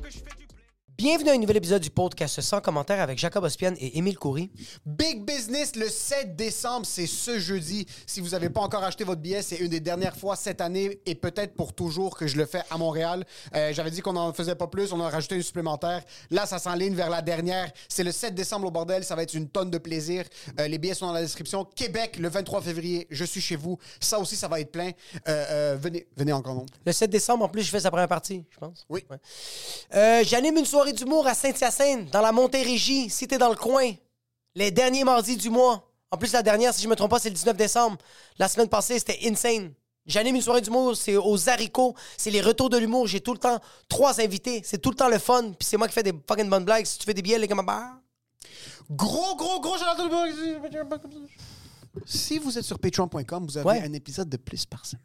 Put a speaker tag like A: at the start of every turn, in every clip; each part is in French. A: que je fais du blé.
B: Bienvenue à un nouvel épisode du podcast sans commentaire avec Jacob Ospian et Émile Coury.
C: Big Business le 7 décembre, c'est ce jeudi. Si vous n'avez pas encore acheté votre billet, c'est une des dernières fois cette année et peut-être pour toujours que je le fais à Montréal. Euh, J'avais dit qu'on n'en faisait pas plus, on en a rajouté une supplémentaire. Là, ça s'enligne vers la dernière. C'est le 7 décembre au bordel, ça va être une tonne de plaisir. Euh, les billets sont dans la description. Québec, le 23 février, je suis chez vous. Ça aussi, ça va être plein. Euh, euh, venez, venez encore nombre.
B: Le 7 décembre, en plus, je fais sa première partie, je pense.
C: Oui.
B: Ouais. Euh, J'anime une soirée d'humour à Saint-Hyacinthe, dans la Montérégie, si t'es dans le coin. Les derniers mardis du mois. En plus, la dernière, si je me trompe pas, c'est le 19 décembre. La semaine passée, c'était insane. J'anime une soirée d'humour, c'est aux haricots, c'est les retours de l'humour. J'ai tout le temps trois invités, c'est tout le temps le fun, puis c'est moi qui fais des fucking bonnes blagues. Si tu fais des billets, les gars, bah,
C: Gros, gros, gros, Jonathan Lebrun. Si vous êtes sur patreon.com, vous avez
B: Ouais.
C: un épisode de plus par semaine.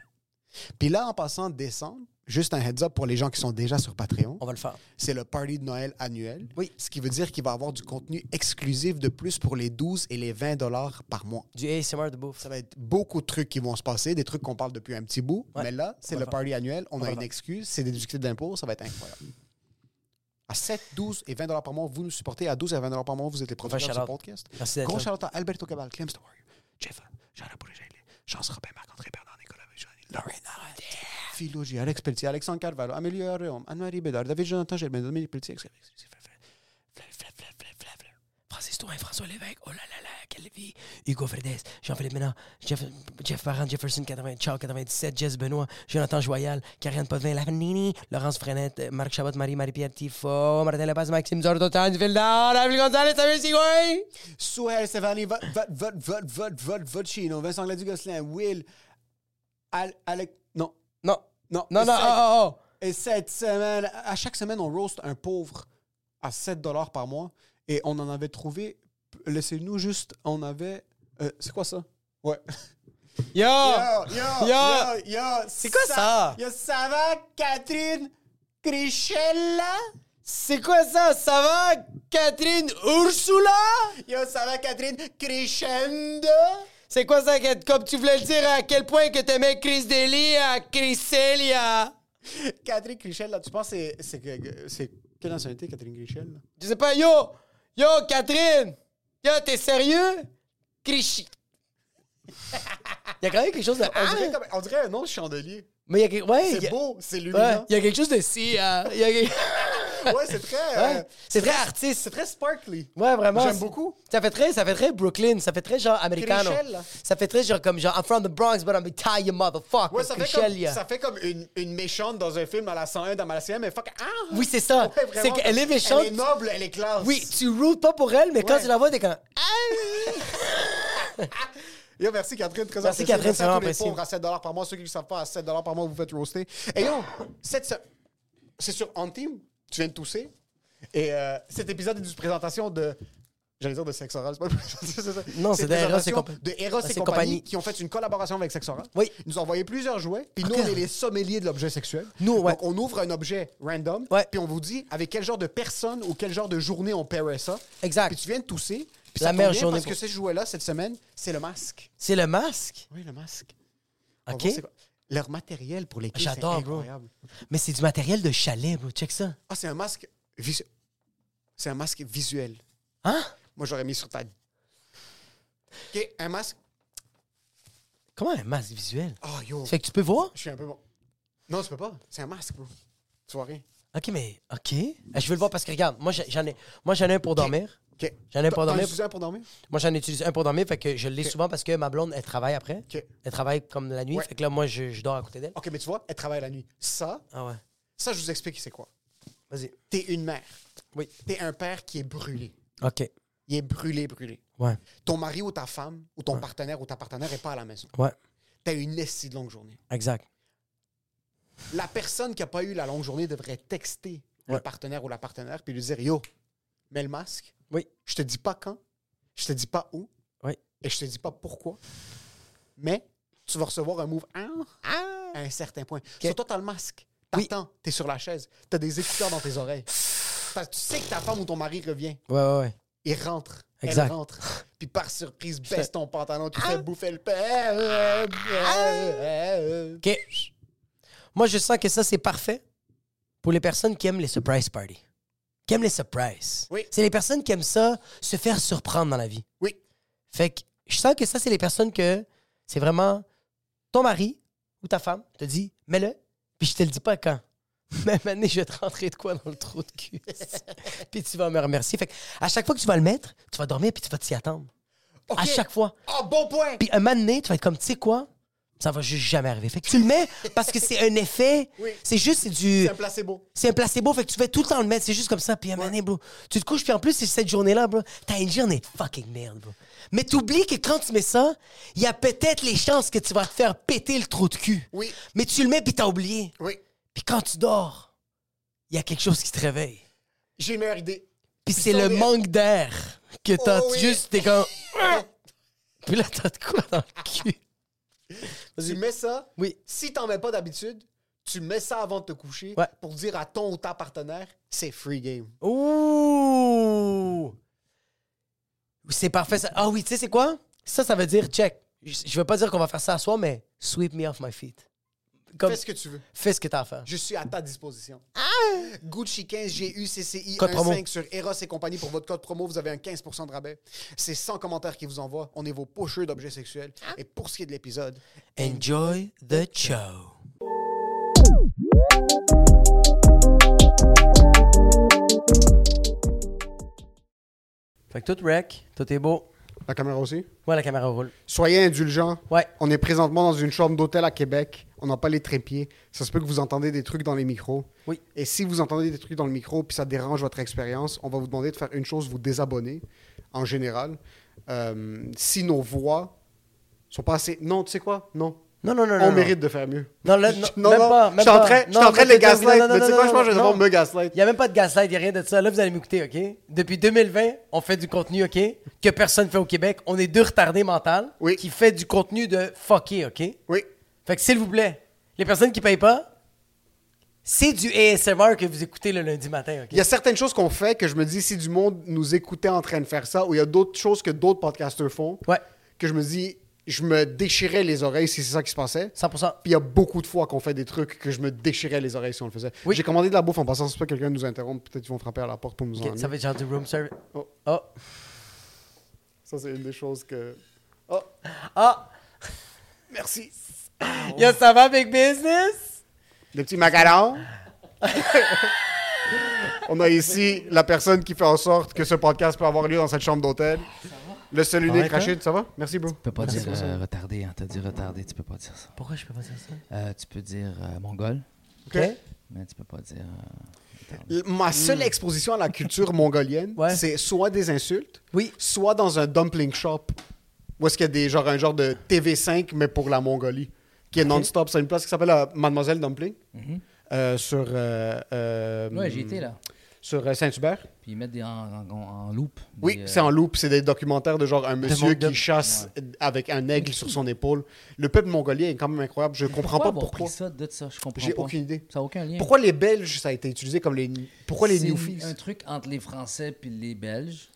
C: Puis là, en passant décembre, juste un heads up pour les gens qui sont déjà sur Patreon.
B: on va le faire.
C: C'est le party de Noël annuel.
B: Oui.
C: Ce qui veut dire qu'il va y avoir du contenu exclusif de plus pour les 12 et les 20 dollars par mois.
B: Du ASMR de bouffe.
C: Ça va être beaucoup de trucs qui vont se passer, des trucs qu'on parle depuis un petit bout.
B: Ouais.
C: Mais là, c'est le party annuel. On,
B: va
C: a
B: le
C: une
B: faire.
C: excuse. C'est déductible d'impôts. Ça va être incroyable. À 7, 12 et 20 dollars par mois, vous nous supportez. À 12 et 20 dollars par mois, vous êtes les producteurs du
B: shout-out.
C: podcast.
B: Merci d'être
C: Gros
B: là.
C: shout-out à Alberto Cabal, Clem Story, Jeff, Jean-Laurent Bourgeois, Chance Robin, Marc-André Bernard, Nicolas Béjani, Lauren
B: Ah
C: Arrête, Philo G, Alex Pelletier, Alexandre Carvalho, Amélie Aréum, Anne-Marie Bédard, David Jonathan Germain, Dominique Pelletier, Fla- Fla- Fla- Fla- Fla- Fla- Fla-
B: Francis Touin, François Lévesque, oh là là là, quelle vie! Hugo Fredès, Jean-Philippe Ménard, Jeff, Jeff Parent, Jefferson 80, Charles 97, Jess Benoît, Jonathan Joyal, Karianne Potvin, Lavanini, Laurence Frenette, euh, Marc Chabot, Marie, Marie-Pierre Tifo, Martin Lepaz, Maxime Zordotan, Vildard, David Gonzalez, Samuel Sigouin!
C: Souhel, Stéphanie, vote, vote, vote, vote, vote, vote, vote, Chino, Vincent Gladue-Gosselin, Will, Al- Alec, non,
B: Non,
C: non,
B: non, non,
C: et cette-
B: oh, oh, oh!
C: Et cette semaine, à chaque semaine, on roast un pauvre à 7 dollars par mois et on en avait trouvé, laissez-nous juste, on avait, euh, c'est quoi ça? Ouais.
B: Yo!
C: Yo, yo,
B: Yo!
C: yo, yo,
B: C'est quoi ça?
C: Yo, ça va, Catherine Crichella?
B: C'est quoi ça? Ça va? Catherine Ursula?
C: Yo, ça va, Catherine Crescendo?
B: C'est quoi ça, Cat- comme tu voulais le dire, à quel point que t'aimais Chris Deli à Chris Celia?
C: Catherine Crichella, tu penses que c'est- c'est que- c'est quelle nationalité, Catherine Crichella?
B: Je sais pas, yo! Yo, Catherine! Yo, t'es sérieux? Crichi. Ah, Il y a quand même quelque chose de.
C: On dirait, comme- on dirait un nom de chandelier.
B: Mais il y a quelque. Ouais, il y
C: C'est
B: a-
C: beau, c'est
B: Ouais,
C: luminant.
B: il y a quelque chose de si. euh, il y a quelque-
C: Ouais, c'est très... euh,
B: Ouais, c'est très artiste.
C: C'est très sparkly.
B: Ouais, vraiment.
C: J'aime beaucoup.
B: Ça fait très, ça fait très Brooklyn, ça fait très genre americano.
C: Crichel, là.
B: Ça fait très genre comme genre I'm from the Bronx, but I'm Italian motherfucker.
C: Ouais, ça fait,
B: Crichel,
C: comme,
B: yeah.
C: ça fait comme une, une méchante dans un film à la 101, dans la CM, mais fuck. Ah!
B: Oui, c'est ça.
C: Ouais, vraiment,
B: C'est qu'elle est méchante.
C: Elle est noble, elle est classe.
B: Oui, tu routes pas pour elle, mais quand
C: Ouais.
B: tu la vois, t'es comme. ah,
C: Yo, merci Catherine, très
B: Merci,
C: apprécié.
B: Catherine,
C: Merci
B: c'est
C: à
B: vraiment
C: tous les
B: apprécié.
C: pauvres à 7 par mois. Ceux qui ne le savent pas, à 7 par mois, vous faites roaster. Et yo, cette se- c'est sur On Team. Tu viens de tousser. Et euh, cet épisode est une présentation de. J'allais dire de Sex Oral, c'est pas une présentation, c'est ça.
B: Non, c'est
C: une
B: de Eros et
C: présentation
B: compa-
C: De Eros et
B: C'est
C: compagnie,
B: compagnie.
C: qui ont fait une collaboration avec Sex Oral.
B: Oui.
C: Ils nous ont envoyé plusieurs jouets, puis nous,
B: Ok.
C: on est les sommeliers de l'objet sexuel.
B: Nous, ouais.
C: Donc, on ouvre un objet random,
B: Ouais.
C: puis on vous dit avec quel genre de personne ou quel genre de journée on pairait ça.
B: Exact.
C: Puis tu viens de tousser. puis
B: La
C: ça tombe
B: meilleure
C: bien
B: journée
C: Parce que
B: pour-
C: ce jouet-là, cette semaine, c'est le masque.
B: C'est le masque?
C: Oui, le masque. On va
B: OK.
C: voir c'est quoi. Leur matériel pour les kids, c'est
B: J'adore, bro.
C: incroyable.
B: Mais c'est du matériel de chalet, bro. Check ça.
C: Ah, c'est un masque visu- C'est un masque visuel.
B: Hein?
C: Moi, j'aurais mis sur ta... OK, un masque...
B: Comment un masque visuel?
C: Oh, yo,
B: Ça fait que tu peux voir?
C: je suis un peu bon. Non, tu peux pas. C'est un masque, bro. Tu vois rien.
B: OK, mais OK. Euh, Je veux le voir parce que regarde, moi j'ai- j'en ai moi j'en ai un pour dormir.
C: OK.
B: J'en ai pas
C: T'en
B: dormi.
C: utilises un pour dormir?
B: Moi j'en utilise un pour dormir fait que je l'ai souvent parce que ma blonde elle travaille après.
C: OK.
B: Elle travaille comme la nuit,
C: Ouais.
B: fait que là moi je, je dors à côté d'elle.
C: OK, mais tu vois, elle travaille la nuit. Ça,
B: Ah ouais.
C: ça, je vous explique c'est quoi.
B: Vas-y.
C: T'es une mère.
B: Oui.
C: T'es un père qui est brûlé.
B: OK.
C: Il est brûlé, brûlé.
B: Ouais.
C: Ton mari ou ta femme ou ton partenaire ou ta partenaire n'est pas à la maison.
B: Ouais.
C: T'as une esti de longue journée.
B: Exact.
C: La personne qui n'a pas eu la longue journée devrait texter le
B: Ouais.
C: partenaire ou la partenaire puis lui dire Yo, mets le masque.
B: Oui.
C: Je te dis pas quand, je te dis pas où
B: Oui.
C: et je te dis pas pourquoi, mais tu vas recevoir un move ah, ah, à un certain point. Sur toi, t'as le masque. T'attends, t'es sur la chaise, t'as des écouteurs dans tes oreilles. T'as- Tu sais que ta femme ou ton mari revient.
B: Ouais ouais ouais.
C: Il rentre.
B: Exact. Ah!
C: Elle rentre. Puis par surprise, baisse ton pantalon, tu fais bouffer le pain.
B: OK. Moi je sens que ça c'est parfait pour les personnes qui aiment les surprise parties. Qui aiment les surprises.
C: Oui.
B: C'est les personnes qui aiment ça se faire surprendre dans la vie.
C: Oui,
B: Fait que je sens que ça, c'est les personnes que c'est vraiment ton mari ou ta femme te dit mets-le, puis je te le dis pas quand. Même année, je vais te rentrer de quoi dans le trou de cul. puis tu vas me remercier. Fait que à chaque fois que tu vas le mettre, tu vas dormir puis tu vas t'y attendre. À chaque fois.
C: Ah, bon point!
B: Puis un moment donné, tu vas être comme, tu sais quoi? Ça va juste jamais arriver. Fait que tu le mets parce que c'est un effet.
C: Oui.
B: C'est juste, c'est du.
C: C'est un placebo.
B: C'est un placebo, fait que tu fais tout le temps le mettre, c'est juste comme ça. Puis à un moment donné, bro, tu te couches, puis en plus, c'est cette journée-là, bro, t'as une journée de fucking merde, bro. Mais t'oublies que quand tu mets ça, il y a peut-être les chances que tu vas te faire péter le trou de cul.
C: Oui.
B: Mais tu le mets, puis t'as oublié.
C: Oui.
B: Puis quand tu dors, il y a quelque chose qui te réveille.
C: J'ai une meilleure idée.
B: Puis c'est
C: ça,
B: le
C: mais-
B: manque d'air que t'as
C: Oh oui.
B: juste, t'es comme... puis là, t'as de quoi dans le cul?
C: Tu mets ça.
B: Oui.
C: Si t'en mets pas d'habitude, tu mets ça avant de te coucher
B: Ouais.
C: pour dire à ton ou ta partenaire, c'est free game.
B: Ouh! C'est parfait. ça. Ah oui, tu sais, c'est quoi? Ça, ça veut dire check. Je je veux pas dire qu'on va faire ça à soi, mais sweep me off my feet. Comme,
C: Fais ce que tu veux.
B: fais ce que t'as à faire.
C: Je suis à ta disposition. Gucci 15 GUCCI
B: Ah! Code promo.
C: 15 E sur Eros et compagnie pour votre code promo, vous avez un 15% de rabais. C'est 100 commentaires qui vous envoient. On est vos pocheux d'objets sexuels.
B: Ah.
C: Et pour ce qui est de l'épisode,
B: Enjoy the show. Fait que tout rec, tout est beau.
C: la caméra aussi.
B: Moi, la caméra roule.
C: Soyez indulgents.
B: Ouais.
C: On est présentement dans une chambre d'hôtel à Québec. On n'a pas les trépieds. Ça se peut que vous entendez des trucs dans les micros.
B: Oui.
C: Et si vous entendez des trucs dans le micro puis ça dérange votre expérience, on va vous demander de faire une chose, vous désabonner en général. Euh, si nos voix sont pas assez... Non, tu sais quoi? Non.
B: Non, non, non, non.
C: on
B: non.
C: mérite de faire mieux.
B: Non, là, non,
C: Non,
B: même
C: non,
B: pas. Même
C: je suis en
B: pas.
C: train- je suis en train de les gaslight, mais tu sais quoi, je pense que je vais devoir me gaslight.
B: Il n'y a même pas de gaslight, il n'y a rien de ça. Là, vous allez m'écouter, OK? Depuis 2020, on fait du contenu, OK? Que personne fait au Québec. On est deux retardés mentales
C: Oui.
B: qui fait du contenu de fucké, OK?
C: Oui.
B: Fait que s'il vous plaît, les personnes qui ne payent pas, c'est du ASMR que vous écoutez le lundi matin, OK?
C: Il y a certaines choses qu'on fait que je me dis si du monde nous écoutait en train de faire ça, ou il y a d'autres choses que d'autres podcasteurs font,
B: Ouais.
C: que je me dis, je me déchirais les oreilles si c'est ça qui se passait.
B: 100%.
C: Puis il y a beaucoup de fois qu'on fait des trucs que je me déchirais les oreilles si on le faisait.
B: Oui.
C: J'ai commandé de la bouffe en passant, c'est pas quelqu'un nous interrompt, peut-être qu'ils vont frapper à la porte pour nous en
B: OK,
C: emmener.
B: ça va être genre du room service.
C: Oh.
B: Oh.
C: Ça, c'est une des choses que. Oh,
B: Ah!
C: merci.
B: Yo, ça va, Big Business?
C: Des petits macarons. On a ici la personne qui fait en sorte que ce podcast peut avoir lieu dans cette chambre d'hôtel. Le seul unique,
B: Arrête, hein?
C: Rachid, ça va? Merci, bro.
D: Tu peux pas dire euh, retardé, hein. T'as dit retardé, tu peux pas dire ça.
B: Pourquoi je peux pas dire ça?
D: Euh, tu peux dire euh, mongol,
B: OK?
D: mais tu peux pas dire. euh, retardé.
C: L- Ma seule exposition à la culture mongolienne,
B: Ouais.
C: c'est soit des insultes,
B: Oui.
C: soit dans un dumpling shop, où est-ce qu'il y a des, genre, un genre de TV5, mais pour la Mongolie, qui est non-stop. C'est une place qui s'appelle euh, Mademoiselle Dumpling, euh, sur, euh, euh,
D: Mhm. Ouais, j'y étais, là.
C: sur euh, Saint-Hubert.
D: Puis ils mettent des en, en, en loop.
C: Oui,
D: des, euh,
C: c'est en loupe. C'est des documentaires de genre un monsieur
B: monde de-
C: qui chasse avec un aigle sur son épaule. Le peuple mongolien est quand même incroyable. Je comprends
D: Pourquoi
C: pas
D: avoir
C: pourquoi.
D: pris ça de ça Je comprends
C: J'ai
D: pas.
C: aucune idée.
D: Ça a aucun lien.
C: Pourquoi les Belges, ça a été utilisé comme les. Pourquoi les
D: C'est
C: Newfies
D: un truc entre les Français puis les Belges.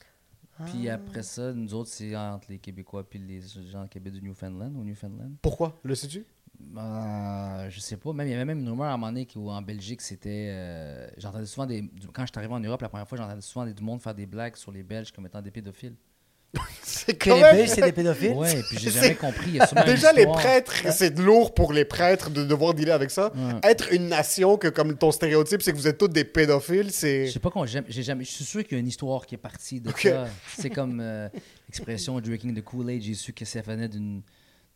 D: Puis
C: Ah.
D: après ça, nous autres, c'est entre les Québécois puis les gens Québec du Newfoundland ou Newfoundland.
C: Pourquoi Le sais-tu
D: Euh, je sais pas. Même, il y avait même une rumeur à un moment donné qui- où en Belgique, c'était. euh, j'entendais souvent des. du- Quand je suis arrivé en Europe la première fois, j'entendais souvent des, du monde faire des blagues sur les Belges comme étant des pédophiles.
C: C'est
B: Que
C: quand
B: les
C: même-
B: Belges, c'est des pédophiles.
D: Ouais, puis j'ai
C: C'est-
D: jamais compris. il y a sûrement une
C: Déjà, les
D: histoire.
C: prêtres, c'est lourd pour les prêtres de devoir dealer avec ça. Être une nation que, comme ton stéréotype, c'est que vous êtes tous des pédophiles, c'est.
D: Je sais pas qu'on j'aime- j'ai jamais. Je suis sûr qu'il y a une histoire qui est partie de ça. C'est comme euh, l'expression drinking the Kool-Aid. J'ai su que ça venait d'une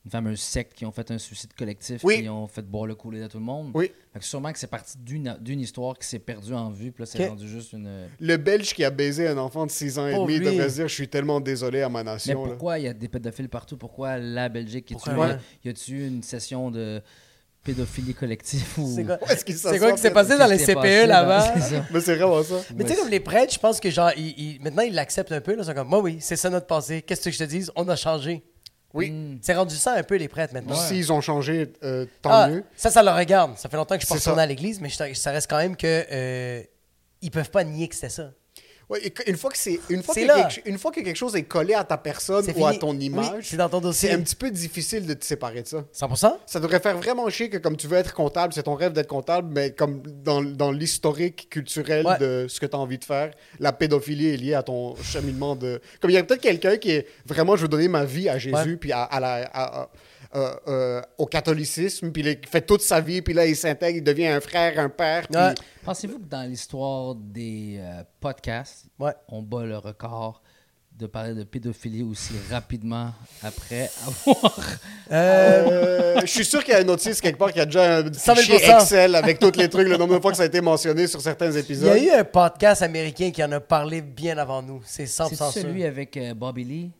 D: une fameuse secte qui ont fait un suicide collectif,
C: Oui.
D: qui ont fait boire le Kool-Aid à tout le monde.
C: Oui.
D: Fait que sûrement que c'est parti d'une d'une histoire qui s'est perdue en vue, puis là, c'est
B: Ok.
D: rendu juste une.
C: Le Belge qui a baisé un enfant de 6 ans et
B: Oh,
C: demi
B: lui.
C: devrait se dire Je suis tellement désolé à ma
D: Mais
C: nation. là.
D: pourquoi il y a des pédophiles partout Pourquoi la Belgique est-tu-
B: Pourquoi?
D: y a- Y a-tu une session de pédophilie collective ou
B: C'est quoi?
C: Est-ce qu'il s'assoit
E: C'est quoi qui s'est
C: bien-
E: passé dans les
D: Qu'est-ce qui s'est
E: CPE
D: passé
E: là-bas?
D: dans- C'est ça.
C: Mais c'est vraiment ça.
B: E Mais tu sais, comme les prêtres, je pense que genre, ils- ils- maintenant, ils l'acceptent un peu. Là, ils sont comme, moi, oui, c'est ça notre passé. Qu'est-ce que je te dis? On a changé.
C: Oui.
D: Hmm.
B: C'est rendu ça un peu, les prêtres, maintenant.
C: S'ils ont changé, euh, tant
B: Ah,
C: mieux.
B: ça, ça le regarde. Ça fait longtemps que je suis pas
C: C'est ça.
B: retourné à l'église, mais je- ça reste quand même que euh, ils peuvent pas nier que c'était ça.
C: Ouais, et que- une fois que c'est une fois
B: C'est
C: que
B: là.
C: quelque, une fois que quelque chose est collé à ta personne
B: C'est
C: ou à
B: fini.
C: ton
B: Oui,
C: image,
B: c'est dans ton dossier.
C: C'est un petit peu difficile de te séparer de ça.
B: 100
C: Ça devrait faire vraiment chier que comme tu veux être comptable, c'est ton rêve d'être comptable, mais comme dans, dans l'historique culturel
B: Ouais.
C: de ce que tu as envie de faire, la pédophilie est liée à ton cheminement de... Comme il y a peut-être quelqu'un qui est vraiment, je veux donner ma vie à Jésus,
B: Ouais.
C: puis à, à la... à- à- euh, euh, au catholicisme, puis il fait toute sa vie, puis là il s'intègre, il devient un frère, un père. puis-
B: Ouais.
D: Pensez-vous que dans l'histoire des euh, podcasts,
B: Ouais.
D: on bat le record de parler de pédophilie aussi rapidement après avoir.
C: Euh, je suis sûr qu'il y a un autiste quelque part qui a déjà un
B: 100 000
C: fichier Excel avec tous les trucs, le nombre de fois que ça a été mentionné sur certains
B: Il y
C: épisodes.
B: a eu un podcast américain qui en a parlé bien avant nous. C'est 100
D: C'est
B: sûr.
D: celui avec euh, Bobby Lee.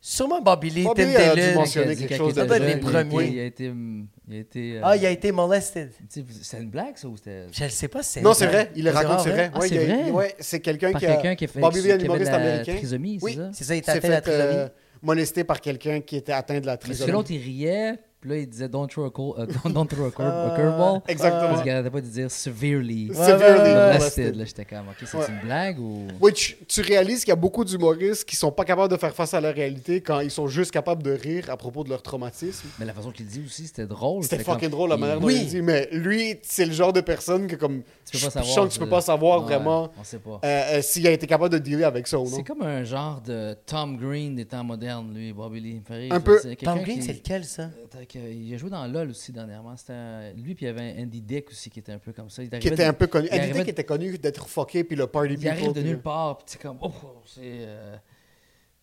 B: Sûrement Bobby Lee,
C: Bobby
B: Tim
C: a dû
B: Dillon.
C: mentionner-
D: Qui a dit
C: quelque
D: qu'à
C: chose
D: quel
B: de-
D: âge
B: Les
D: il était-
B: premiers.
D: Il a été. hum, Il a été. euh,
B: Ah, il a été molested.
D: C'est une blague, ça ou c'était.
B: Je ne sais pas si c'est
C: Non, c'est vrai, il le
B: C'est
C: raconte,
B: vraiment
C: c'est vrai.
D: Ah,
C: Ouais,
D: c'est
C: il y a-
D: vrai?
C: ouais, c'est quelqu'un
D: Par
C: qui a.
D: quelqu'un qui a fait-
C: Bobby
D: qui
C: Lee, un
D: avait
C: humoriste
D: de la
C: américain.
D: trisomie, c'est
C: oui,
D: ça?
B: C'est ça, il était
C: s'est
B: atteint de la
C: fait, euh,
B: trisomie.
C: molesté par quelqu'un qui était atteint de la
D: Parce que l'autre,
C: trisomie.
D: il riait, puis là, il disait Don't throw a, cur- euh, don't, don't throw a curve- a curveball.
C: Ah, exactement.
D: Parce qu'il arrêtait pas de dire severely.
C: Severely molested.
D: molested. Là, j'étais comme, ok, c'est
C: Ouais.
D: une blague ou.
C: Which, tu réalises qu'il y a beaucoup d'humoristes qui sont pas capables de faire face à la réalité quand ils sont juste capables de rire à propos de leur traumatisme.
D: Mais la façon qu'il le dit aussi, c'était drôle.
C: C'était
D: comme-
C: fucking drôle la
D: il-
C: manière dont il dit, mais lui, c'est le genre de personne que comme
D: Tu
C: je-
D: peux pas
C: je
D: savoir,
C: sens que tu
D: ça.
C: peux pas savoir
D: Ouais,
C: vraiment
D: on sait pas.
C: euh, euh, s'il a été capable de dealer avec ça ou non.
D: C'est comme un genre de Tom Green des temps modernes, lui, Bobby Lee. Il me fait rire,
C: Un
D: ça.
C: peu.
D: C'est quelqu'un
B: Tom Green,
D: qui-
B: c'est lequel, ça?
D: Attends, que- Il a joué dans LOL aussi dernièrement. C'était un- Lui, puis il y avait Andy Dick aussi qui était un peu comme ça. Il
C: Qui
D: arrivait
C: était
D: de-
C: un peu connu.
D: il
C: Andy
D: arrivait
C: Dick était connu d'être fucké puis le party
D: Il arrive
C: people,
D: de
C: puis- euh,
D: nulle part, puis t'es comme, oh, c'est. euh,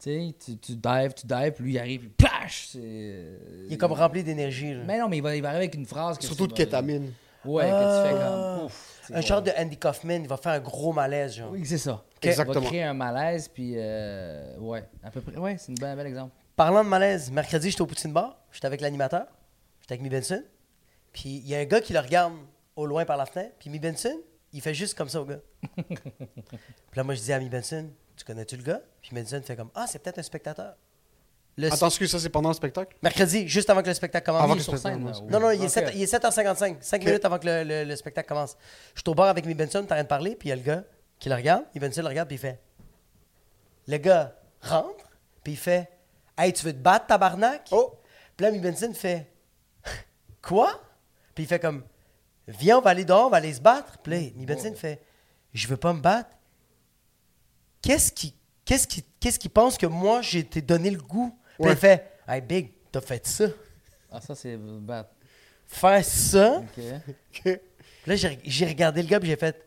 D: tu sais, tu- tu dives, tu dives, puis lui il arrive, puis plash! C'est. euh,
B: Il est comme rempli d'énergie. là.
D: Mais non, mais il va, il va arriver avec une phrase. Que
C: Surtout de
D: tu vas-
C: kétamine. Ah,
D: Ouais, que tu fais comme. Ouf, c'est
B: Un genre de Andy Kaufman, il va faire un gros malaise, genre.
D: bon. Oui, c'est ça.
C: Exactement.
D: Il va créer un malaise, puis. euh, ouais, à peu près. Ouais, c'est une belle, bel exemple.
B: Parlant de malaise, mercredi, j'étais au Poutine Bar, j'étais avec l'animateur, j'étais avec Mi Benson, puis il y a un gars qui le regarde au loin par la fenêtre, puis Mi Benson, il fait juste comme ça au gars. puis là, moi, je dis à Mi Benson, tu connais-tu le gars? Puis Mi Benson fait comme, ah, c'est peut-être un spectateur. Le
C: Attends, excuse, ça c'est pendant le spectacle?
B: mercredi, juste avant que le spectacle commence.
C: Avant
B: Il est
C: que le
B: sur
C: spectacle
B: scène,
C: commence.
B: là. Non, non, il est,
D: Ok.
B: 7, il est 7h55, 5 minutes avant que le, le- le spectacle commence. Je suis au bar avec Mi Benson, t'as rien de parler, puis il y a le gars qui le regarde, Mi Benson le regarde, puis il fait. Le gars rentre, puis il fait Hey, tu veux te battre, tabarnak?
C: Oh!
B: Puis là, Mi Benson fait Quoi? Puis il fait comme Viens, on va aller dehors, on va aller se battre. Puis là, Mi Benson
C: Oh.
B: fait Je veux pas me battre. Qu'est-ce qui, qu'est-ce qui, qu'est-ce qui pense que moi, j'ai été donné le goût? Puis
C: Ouais.
B: il fait Hey, Big, t'as fait ça.
D: Ah, ça, c'est bad.
B: Faire ça.
D: Ok.
B: Puis Là, j'ai- j'ai regardé le gars, puis j'ai fait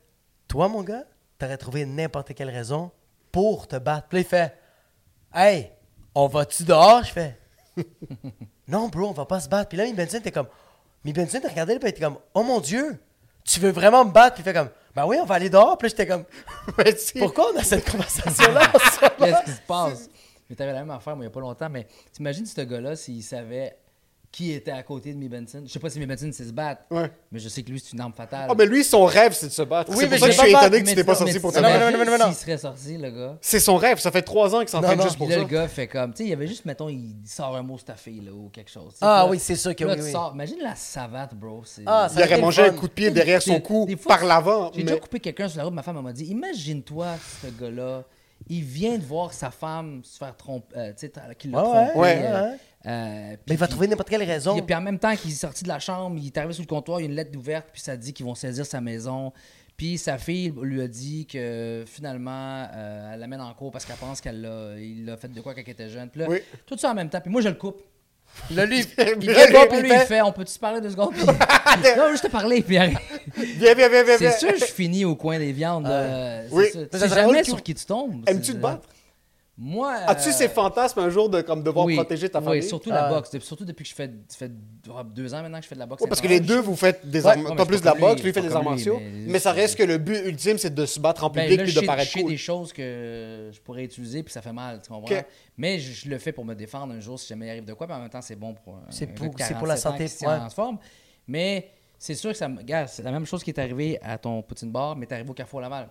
B: Toi, mon gars, t'aurais trouvé n'importe quelle raison pour te battre. Puis là, il fait Hey, on va-tu dehors Je fais Non, bro, on va pas se battre. Puis là, Mi Benson, t'es comme Mi Benson, t'as regardé, puis t'es comme Oh mon Dieu, tu veux vraiment me battre Puis il fait comme Ben oui, on va aller dehors. Puis là, j'étais comme
C: Mais si-
B: Pourquoi on a cette conversation-là en ce moment?
D: Qu'est-ce qui se passe? Mais t'avais la même affaire, moi, il y a pas longtemps, mais t'imagines ce gars-là s'il savait qui était à côté de Mi Benson. Je sais pas si Mi Benson sait se battre,
C: Ouais.
D: mais je sais que lui, c'est une arme fatale.
C: Ah, mais lui, son rêve, c'est de se battre.
B: Oui,
C: c'est
B: mais
C: pour ça que
B: j'ai
C: je suis
B: pas
C: étonné
B: mal-
C: que tu n'es pas
D: non, mais
C: sorti pour te
D: t'imagines
C: battre.
B: non, non, non, non, non.
D: S'il serait sorti, le gars.
C: C'est son rêve, ça fait trois ans qu'il
B: Non,
C: s'entraîne
B: non,
C: juste
D: Puis
C: pour
D: là,
C: ça.
D: le gars fait comme, tu sais, il y avait juste, mettons, il sort un mot staffé, là, ou quelque chose. tu sais.
B: Ah
D: Puis là-
B: oui, c'est sûr que
D: puis là,
B: oui,
D: tu
B: oui.
D: sors- Imagine la savate, bro. c'est-
B: Ah,
C: Il
B: ça-
C: aurait
B: aurait
C: mangé
B: été
C: un
B: le fun.
C: coup de pied derrière son
D: Des-
C: cou
D: des fois,
C: par l'avant.
D: J'ai
C: mais-
D: déjà coupé quelqu'un sur la route, ma femme elle m'a dit Imagine-toi ce gars-là, Il vient de voir sa femme se faire tromper, euh, tu sais, tra- qu'il l'a
B: Ouais,
D: trompé.
B: ouais,
D: euh,
B: ouais.
D: euh, puis-
B: Mais il va trouver n'importe quelle raison.
D: et puis en même temps qu'il est sorti de la chambre, il est arrivé sur le comptoir, il y a une lettre ouverte, puis ça dit qu'ils vont saisir sa maison. Puis sa fille lui a dit que finalement, euh, elle l'amène en cours parce qu'elle pense qu'elle l'a, il l'a fait de quoi quand elle était jeune. Puis là,
F: Oui.
D: tout ça en même temps. Puis moi, je le coupe.
B: Là, lui,
D: Il vient voir, puis lui, il fait On peut-tu se parler deux secondes Puis- Non, juste te parler. Puis arrête.
F: Viens, viens, viens, viens.
D: C'est
F: viens.
D: sûr, je finis au coin des viandes. euh, c'est
F: Oui.
D: ça.
F: Mais
D: Tu
F: ça
D: sais
F: serait drôle
D: jamais
F: qu'il-
D: sur qui tu tombes.
F: Aimes-tu
D: C'est-
F: te battre?
D: Moi.
F: As-tu
D: euh,
F: ces fantasmes un jour de comme devoir
D: oui.
F: protéger ta famille? Euh,
D: Oui, surtout la boxe. De- Surtout depuis que je fais, ça fait oh, deux ans maintenant que je fais de la boxe.
F: Ouais, parce que les
D: intense.
F: deux, vous faites des
D: Ouais,
F: armes.
D: ouais, mais
F: Toi,
D: c'est
F: plus de
D: pas
F: la
D: comme lui,
F: boxe, lui,
D: c'est
F: fait
D: pas
F: des
D: comme
F: arts
D: lui,
F: martiaux.
D: mais-
F: Mais ça reste que le but ultime, c'est de se battre en
D: Ben,
F: public
D: là,
F: puis
D: je
F: de
D: sais-
F: paraître
D: je sais
F: cool.
D: des choses que je pourrais utiliser puis ça fait mal, tu comprends?
F: Ok.
D: Mais je, je le fais pour me défendre un jour si jamais il arrive de quoi, mais en même temps, c'est bon pour un-
B: C'est
D: un
B: pour-
D: gars de
B: c'est pour la
D: 47 ans
B: santé,
D: qui se tient
B: ouais.
D: en forme. Mais c'est sûr que ça me... Gars, c'est la même chose qui est arrivée à ton poutine bar, mais t'es arrivé au Carrefour Laval.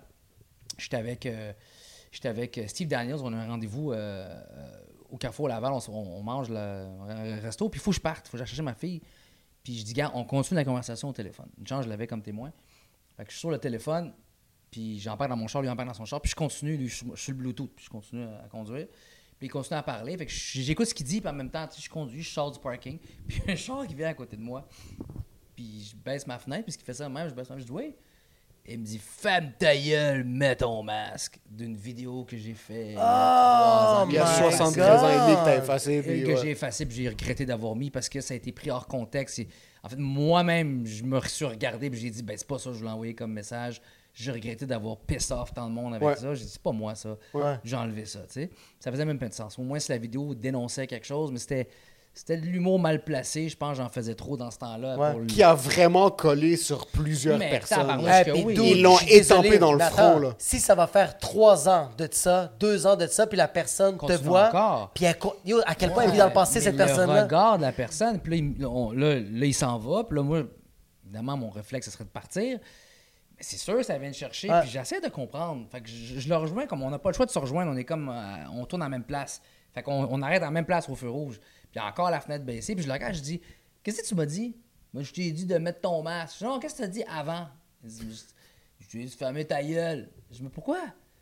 D: J'étais avec, euh, j'étais avec euh, Steve Daniels, on a un rendez-vous euh, euh, au Carrefour Laval, on, s- on- on mange le un resto, puis il faut que je parte, il faut que j'aille chercher ma fille. Puis je dis, gars, on continue la conversation au téléphone. Jean, je l'avais comme témoin. Fait que je suis sur le téléphone, puis j'en parle dans mon char, lui en parle dans son char, puis je continue, lui, je, suis- je suis le Bluetooth, puis je continue à, à conduire. Puis il continue à parler, fait que je- j'écoute ce qu'il dit, puis en même temps, tu sais, je conduis, je sors du parking, puis un char qui vient à côté de moi, puis je baisse ma fenêtre, puis ce qu'il fait ça même, je baisse ma fenêtre, je dis oui. Et il me dit, femme ta gueule, mets ton masque, d'une vidéo que j'ai fait. Oh,
F: Il y a 73 ans et demi que t'as effacé.
D: et
F: puis
D: Euh,
F: euh,
D: que
F: ouais.
D: j'ai effacé puis j'ai regretté d'avoir mis parce que ça a été pris hors contexte. Et, en fait, moi-même, je me suis regardé puis j'ai dit, ben c'est pas ça que je voulais envoyer comme message. J'ai regretté d'avoir piss off tant de monde avec
F: Ouais.
D: ça. J'ai dit, c'est pas moi ça. J'ai enlevé ça, tu sais. Ça faisait même pas de sens. Au moins, si la vidéo dénonçait quelque chose, mais c'était. C'était de l'humour mal placé, je pense que j'en faisais trop dans ce temps-là. pour le-
F: Qui a vraiment collé sur plusieurs
D: Mais
F: personnes.
D: tabarouette,
F: Ouais,
D: Eh, que oui.
F: puis Ils l'ont
B: Eh, je suis désolé,
F: étampé dans le
B: mais
F: front,
B: attends,
F: là.
B: Si ça va faire trois ans de ça, deux ans de ça, puis la personne
D: Continue
B: te voit,
D: encore.
B: puis elle, co- yo, à quel point elle vit dans le passé,
D: Mais
B: cette
D: Le
B: personne-là.
D: regard de la personne, puis là, il, on- là, là, il s'en va, puis là, moi, évidemment, mon réflexe, ce serait de partir. Mais c'est sûr, ça vient de chercher,
B: Ouais.
D: puis j'essaie de comprendre. Fait que je, je le rejoins comme on n'a pas le choix de se rejoindre, on est comme, euh, on tourne à la même place. Fait qu'on on arrête à la même place au feu rouge. Puis encore la fenêtre baissée, puis je le regarde, je dis, qu'est-ce que tu m'as dit? Moi, je t'ai dit de mettre ton masque. Je dis, non, qu'est-ce que tu as dit avant? Il dit, Je- je t'ai dit de fermer ta gueule. Je dis, mais pourquoi?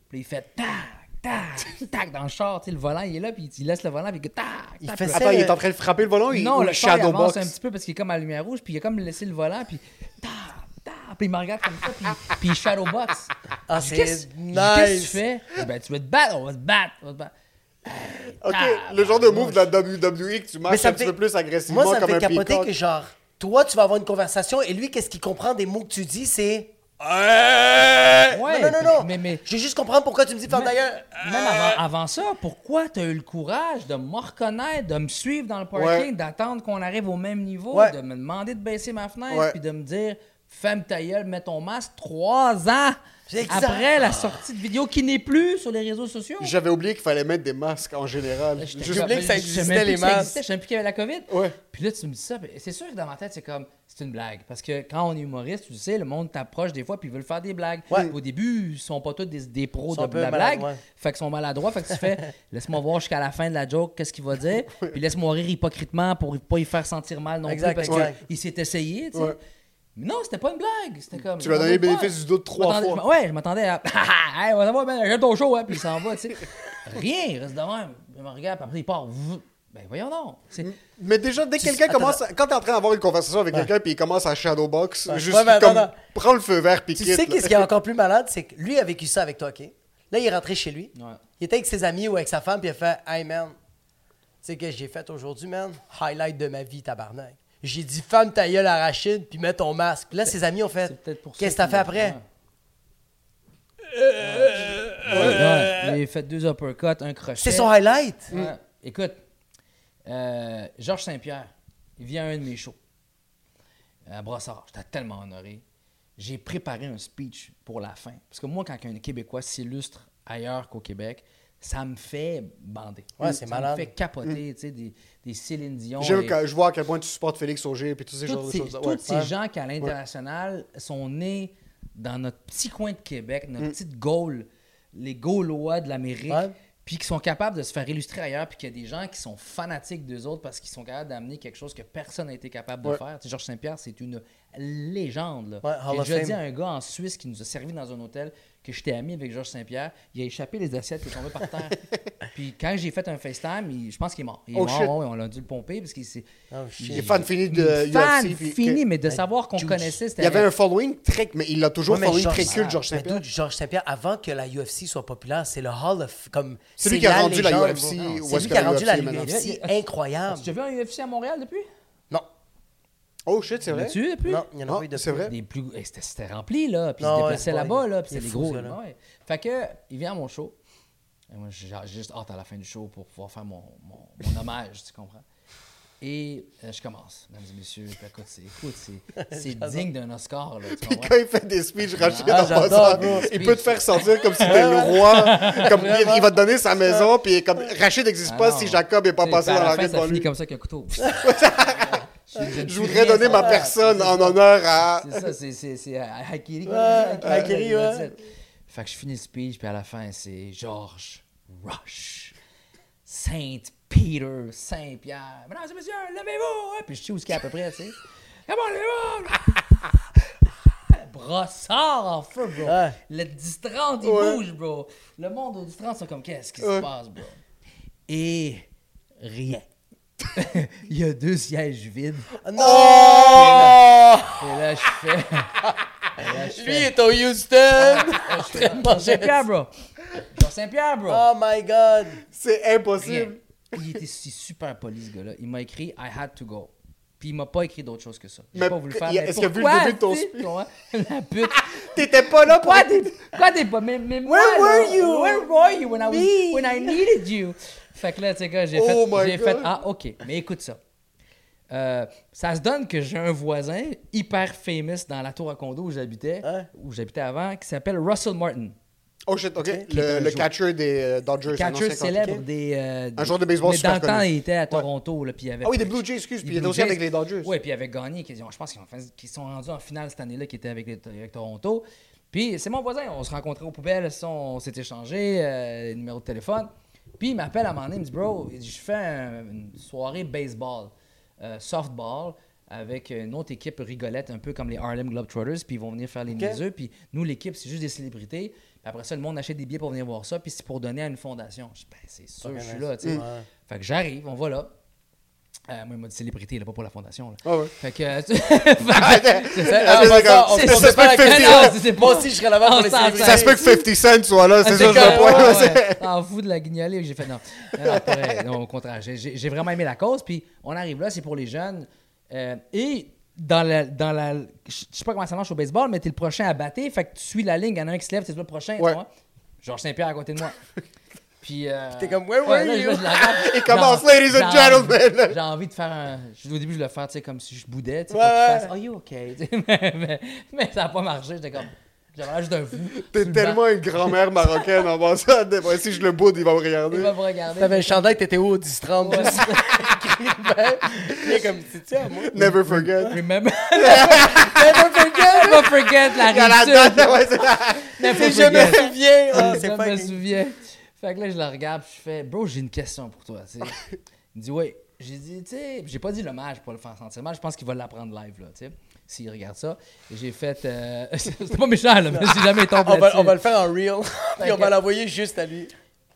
D: Puis il fait tac, tac, tac dans le char, tu sais, le volant, il est là, puis il laisse le volant, puis il tac,
B: Il
D: tac,
B: fait
D: là.
B: ça,
F: Attends, il
B: le-
F: est en train de frapper le volant? il-
D: Non,
F: ou
D: le
F: il
D: char il avance
F: shadowbox?
D: un petit peu parce qu'il est comme à la lumière rouge, puis il a comme laissé le volant, puis ta, ta, puis il me regarde comme ça, puis, puis il shadowbox.
B: Ah,
D: Je dis,
B: c'est
D: Qu'est-ce je dis,
B: nice.
D: qu'est-ce que tu fais? Je dis, Ben, tu veux te battre, on va se battre, on va se battre.
F: OK,
B: Ah,
F: le genre de move de la WWE que tu
B: Mais
F: marches
B: ça
F: un
B: me
F: petit
B: fait-
F: peu plus agressivement
B: Moi, ça me
F: comme
B: fait
F: un
B: capoter
F: peacock.
B: que, genre, toi, tu vas avoir une conversation, et lui, qu'est-ce qu'il comprend des mots que tu dis, c'est.
D: Ouais,
B: Euh, non, non, non, non.
D: Mais, mais,
B: Je veux juste comprendre pourquoi tu me dis, faire d'ailleurs.
D: même avant, avant ça, pourquoi tu as eu le courage de me reconnaître, de me suivre dans le parking,
F: Ouais.
D: d'attendre qu'on arrive au même niveau,
B: Ouais.
D: de me demander de baisser ma fenêtre,
F: Ouais.
D: puis de me dire femme ta gueule, mets ton masque, trois ans
B: C'est exact.
D: après la sortie de vidéo qui n'est plus sur les réseaux sociaux.
F: J'avais oublié qu'il fallait mettre des masques en général.
D: J'étais
F: Juste-
D: comme-
C: oublié que ça
D: je savais
C: existait,
D: même plus
C: les
D: que ça
C: masques.
D: existait, Je savais même plus qu'il y avait la COVID.
F: Ouais.
D: Puis là, tu me dis ça. puis C'est sûr que dans ma tête, c'est comme, c'est une blague. Parce que quand on est humoriste, tu sais, le monde t'approche des fois, puis ils veulent faire des blagues.
B: Ouais.
D: Au début, ils sont pas tous des, des pros
B: Ils sont
D: de
B: un peu
D: la
B: malades,
D: blague.
B: ouais.
D: Fait qu'ils sont maladroits. Fait que tu fais, laisse-moi voir jusqu'à la fin de la joke, qu'est-ce qu'il va dire. Puis laisse-moi rire hypocritement pour pas y faire sentir mal non
B: Exact,
D: plus. Parce
B: exact.
D: qu'il s'est essayé, tu sais.
F: Ouais.
D: Mais non, c'était pas une blague. C'était comme.
F: Tu lui as donné le bénéfice du doute trois
D: Je m'attendais-
F: fois.
D: je m'a- Ouais, je m'attendais à. hey, on va voir, ben, j'aime ton show, hein, puis il s'en va, tu sais. Rien, il reste de même. Il me regarde, puis après, il part. Vvv. Ben, voyons donc. C'est-
F: Mais déjà, dès que quelqu'un commence... à- Quand t'es en train d'avoir une conversation avec quelqu'un puis il commence à shadowbox, juste
B: Ouais, mais attends,
F: comme...
B: attends.
F: Prends le feu vert puis
B: Tu
F: quitte,
B: sais
F: là.
B: qu'est-ce qui est encore plus malade, c'est que lui a vécu ça avec toi, OK? Là, il est rentré chez lui.
D: Ouais.
B: Il était avec ses amis ou avec sa femme, puis il a fait Hey, man, tu sais qu'est-ce que j'ai fait aujourd'hui, man? Highlight de ma vie, tabarnak. J'ai dit Femme ta gueule à Rachid, puis mets ton masque. Puis là, ses amis ont fait
D: C'est peut-être pour ça
B: Qu'est-ce que t'as
D: qu'il
B: fait
D: a-
B: après?
D: Ouais, ouais, il a fait deux uppercuts, un crochet.
B: C'est son highlight.
D: Ouais. Écoute, euh, Georges Saint-Pierre, il vient à un de mes shows. À Brossard, j'étais tellement honoré. J'ai préparé un speech pour la fin. Parce que moi, quand un Québécois s'illustre ailleurs qu'au Québec, ça me fait bander.
B: Ouais, c'est
D: ça
B: malade. Mm.
D: me fait capoter, tu sais, des, des Céline Dion.
F: J'aime
D: et-
F: quand- Je vois à quel point tu supportes Félix Auger puis tous ces genres
D: tous
F: de
D: ces,
F: choses.
D: tous
F: Ouais.
D: ces
F: Ouais.
D: gens qui, à l'international, sont nés dans notre petit coin de Québec, notre petite Gaule, les Gaulois de l'Amérique,
B: Ouais.
D: puis qui sont capables de se faire illustrer ailleurs, puis qu'il y a des gens qui sont fanatiques d'eux autres parce qu'ils sont capables d'amener quelque chose que personne n'a été capable de faire. Tu sais, Georges Saint-Pierre, c'est une légende. Là.
B: Ouais, Hall
D: J'ai
B: of
D: déjà
B: Fame.
D: dit à un gars en Suisse qui nous a servi dans un hôtel que j'étais ami avec Georges Saint-Pierre. Il a échappé les assiettes qui sont tombées par terre. Puis quand j'ai fait un FaceTime, il- je pense qu'il est mort. Il est
C: Oh,
D: mort,
C: shit.
D: ouais, on l'a dû le pomper parce qu'il s'est.
C: Il est fan fini de
D: Il est fan
C: UFC, puis
D: fini,
C: que-
D: mais de savoir qu'on
C: Juice.
D: connaissait. c'était
C: Il y avait un following très, mais il a toujours
B: Ouais, mais
C: following
B: Georges-
C: très cute, Georges
B: Mais
C: Saint-Pierre.
B: dude, Georges Saint-Pierre, avant que la UFC soit populaire, c'est le Hall of comme
C: C'est lui
B: c'est
C: qui a rendu la
B: légende.
C: UFC,
B: Non,
C: où
B: C'est
C: est-ce
B: lui
C: que
B: qui a
C: la
B: rendu la
C: UFC est maintenant.
B: UFC
D: Il y a-
B: incroyable.
D: Tu as vu un UFC à Montréal depuis
C: Non. Oh shit, c'est vrai.
D: As-tu depuis
B: Non, il y en a
C: Non,
B: pas eu de
C: Ah, c'est vrai.
D: des plus... eh, c'était, c'était rempli, là. Puis
B: Non,
D: ils se
B: ouais,
D: déplaçaient
B: c'est pas-
D: là-bas, là. Puis
B: il est
D: c'était des
B: fou,
D: gros.
B: ça, là.
D: ouais. Fait que, il vient à mon show. Et moi, j'ai j'ai juste hâte à la fin du show pour pouvoir faire mon, mon, mon hommage, tu comprends? Et euh, je commence, mesdames et messieurs. Puis écoute, c'est, écoute, c'est, c'est digne d'un Oscar, là. Tu
C: Puis
D: comprends?
C: quand il fait des speeches, Rachid,
B: Ah,
C: en
B: j'adore,
C: passant,
B: bro.
C: il peut te faire sortir comme si t'étais le roi. Comme il, il va te donner sa maison, puis comme Rachid n'existe
D: Ah
C: pas
D: non.
C: si Jacob n'est pas
D: Tu sais,
C: passé
D: puis à
C: dans
D: la
C: la
D: fin,
C: gueule
D: ça
C: devant
D: finit
C: lui.
D: comme ça qu'un couteau.
C: Je voudrais donner ma personne en honneur à.
D: C'est ça, c'est- c'est c'est à- à Hakiri.
B: Hakiri, Ah. ouais.
D: Fait que je finis le speech, puis à la fin, c'est George Rush, Saint Peter, Saint Pierre. Mesdames et messieurs, levez-vous! hein! Puis je sais où ce qu'il y a à peu près, tu sais. Come on, levez-vous! Brossard en feu, bro.
B: Ouais.
D: Le distrant, il bouge, bro. Le monde au distrant, c'est comme qu'est-ce qui se passe, bro? Et rien. il y a deux sièges vides.
B: Ah, Oh!
D: Et là, je fais.
B: Lui est au Houston!
D: Je fais Georges Saint-Pierre, bro. Georges Saint-Pierre, bro.
C: Ah,
B: Oh my god!
C: C'est
D: Rien.
C: impossible.
D: Il était si super poli, ce gars-là. Il m'a écrit I had to go. Puis il m'a pas écrit d'autre chose que ça. J'ai
C: Mais
D: pas voulu
C: que-
D: faire.
C: y a-
D: mais
C: est-ce que vu le
D: pourquoi,
C: début de ton
D: tu sais,
C: speech-
D: toi, La pute.
C: T'étais pas là pour.
D: Pourquoi t'es, pourquoi t'es pas. Mais, mais moi,
B: Where
D: là,
B: were you?
D: Where were you when I, was,
B: Me?
D: when I needed you? Fait que là, tu sais, quoi, j'ai
C: Oh
D: fait,
C: my
D: j'ai fait
C: God.
D: Ah, ok, mais écoute ça. Euh, ça se donne que j'ai un voisin hyper famous dans la tour à condo où j'habitais,
B: Hein?
D: où j'habitais avant, qui s'appelle Russell Martin.
C: Oh shit, ok.
D: Qui est
C: Le,
D: un
C: le
D: jou-
C: catcher des euh, Dodgers. un
D: catcher
C: ancien
D: célèbre
C: catcher.
D: des, euh, des-
C: joueur de baseball
D: Mais
C: super
D: dans le temps,
C: connu.
D: il était à
C: Ouais.
D: Toronto. Là, puis il avait
C: Ah oui, des Blue Jays, excuse, puis il était aussi avec les Dodgers.
D: Oui, puis il avait gagné. qu'ils ont- je pense qu'ils ont fait- qu'ils sont rendus en finale cette année-là, qui était avec, les- avec Toronto. Puis c'est mon voisin. On se rencontrait aux poubelles, ça, on s'est échangé, euh, numéro de téléphone. Puis il m'appelle à un moment donné, il me dit Bro, il dit, je fais un- une soirée baseball, euh, softball. Avec une autre équipe rigolette, un peu comme les Harlem Globetrotters, puis ils vont venir faire les niaiseux. Puis nous, l'équipe, c'est juste des célébrités. Puis après ça, le monde achète des billets pour venir voir ça, puis c'est pour donner à une fondation. Je dis, ben, c'est sûr, je suis là, tu sais. Fait que j'arrive, on va là. Euh, moi, il m'a dit célébrité, là, pas pour la fondation. Là.
C: Ah ouais.
D: Fait que. fait que- c'est ça.
C: Ah,
D: Ah,
C: c'est
D: on-
C: comme-
D: c'est-
C: ça
D: c'est
C: se peut
D: pas
C: que
D: la-
C: 50
D: non, c'est- c'est pas-
B: Moi aussi, je serais là-bas pour
D: on
B: les
D: s'en
B: célébrités.
C: Ça se peut que 50 Cent soit là, Ah, c'est ça je le
D: Ouais,
C: point.
D: ouais, T'en fous Ah, de la guignolée que j'ai fait. Non, Non, non, pas vrai. Non, au contraire. J'ai- J'ai j'ai vraiment aimé la cause. Puis on arrive là, c'est pour les jeunes. Euh, et dans la. Dans la je sais pas comment ça marche au baseball, mais t'es le prochain à battre. Fait que tu suis la ligne, il y en a un qui se lève, c'est le prochain. tu
C: Ouais.
D: vois. Georges Saint-Pierre à côté de moi. Puis. euh,
B: t'es comme, Where
D: ouais,
B: were
D: là,
B: you?
D: là, je la regarde.
C: Il commence,
D: J'ai-
C: ladies and
D: j'ai envie-
C: gentlemen.
D: J'ai envie de faire un. je- Au début, je le faire, tu sais, comme si je boudais. Tu sais,
B: Ouais,
D: pour qu'il
B: ouais.
D: fasse, Are you okay? Tu sais, mais, mais- mais ça n'a pas marché. J'étais comme. J'avais l'air juste d'un fou.
C: T'es tellement une grand-mère marocaine en passant. Moi, si je le boude, il va me
D: Il
C: regarder.
D: va me regarder.
B: T'avais le chandail, t'étais où au 10-30?
D: Ouais.
B: juste? Ben, Il est comme, tu tiens, moi.
C: Never forget.
D: Remember. Never forget. Never forget la
C: Il y a la
D: réussite.
C: date, ouais, c'est ça.
D: Never
B: Je me
D: forget.
B: souviens!
D: Ah,
B: Ah, c'est
D: je me
B: fucking-
D: souviens. Fait que là, je la regarde, puis je fais, bro, j'ai une question pour toi. tu sais. Il me dit, oui. J'ai dit, tu sais, j'ai pas dit l'hommage pour le faire sentir mal. Je pense qu'il va l'apprendre live, là, tu sais, s'il regarde ça. Et J'ai fait. euh, C'était pas méchant, là, mais j'ai jamais tombé
B: On va, on
D: là-dessus.
B: va le faire en real, puis on
D: T'inquiète.
B: va l'envoyer juste à lui.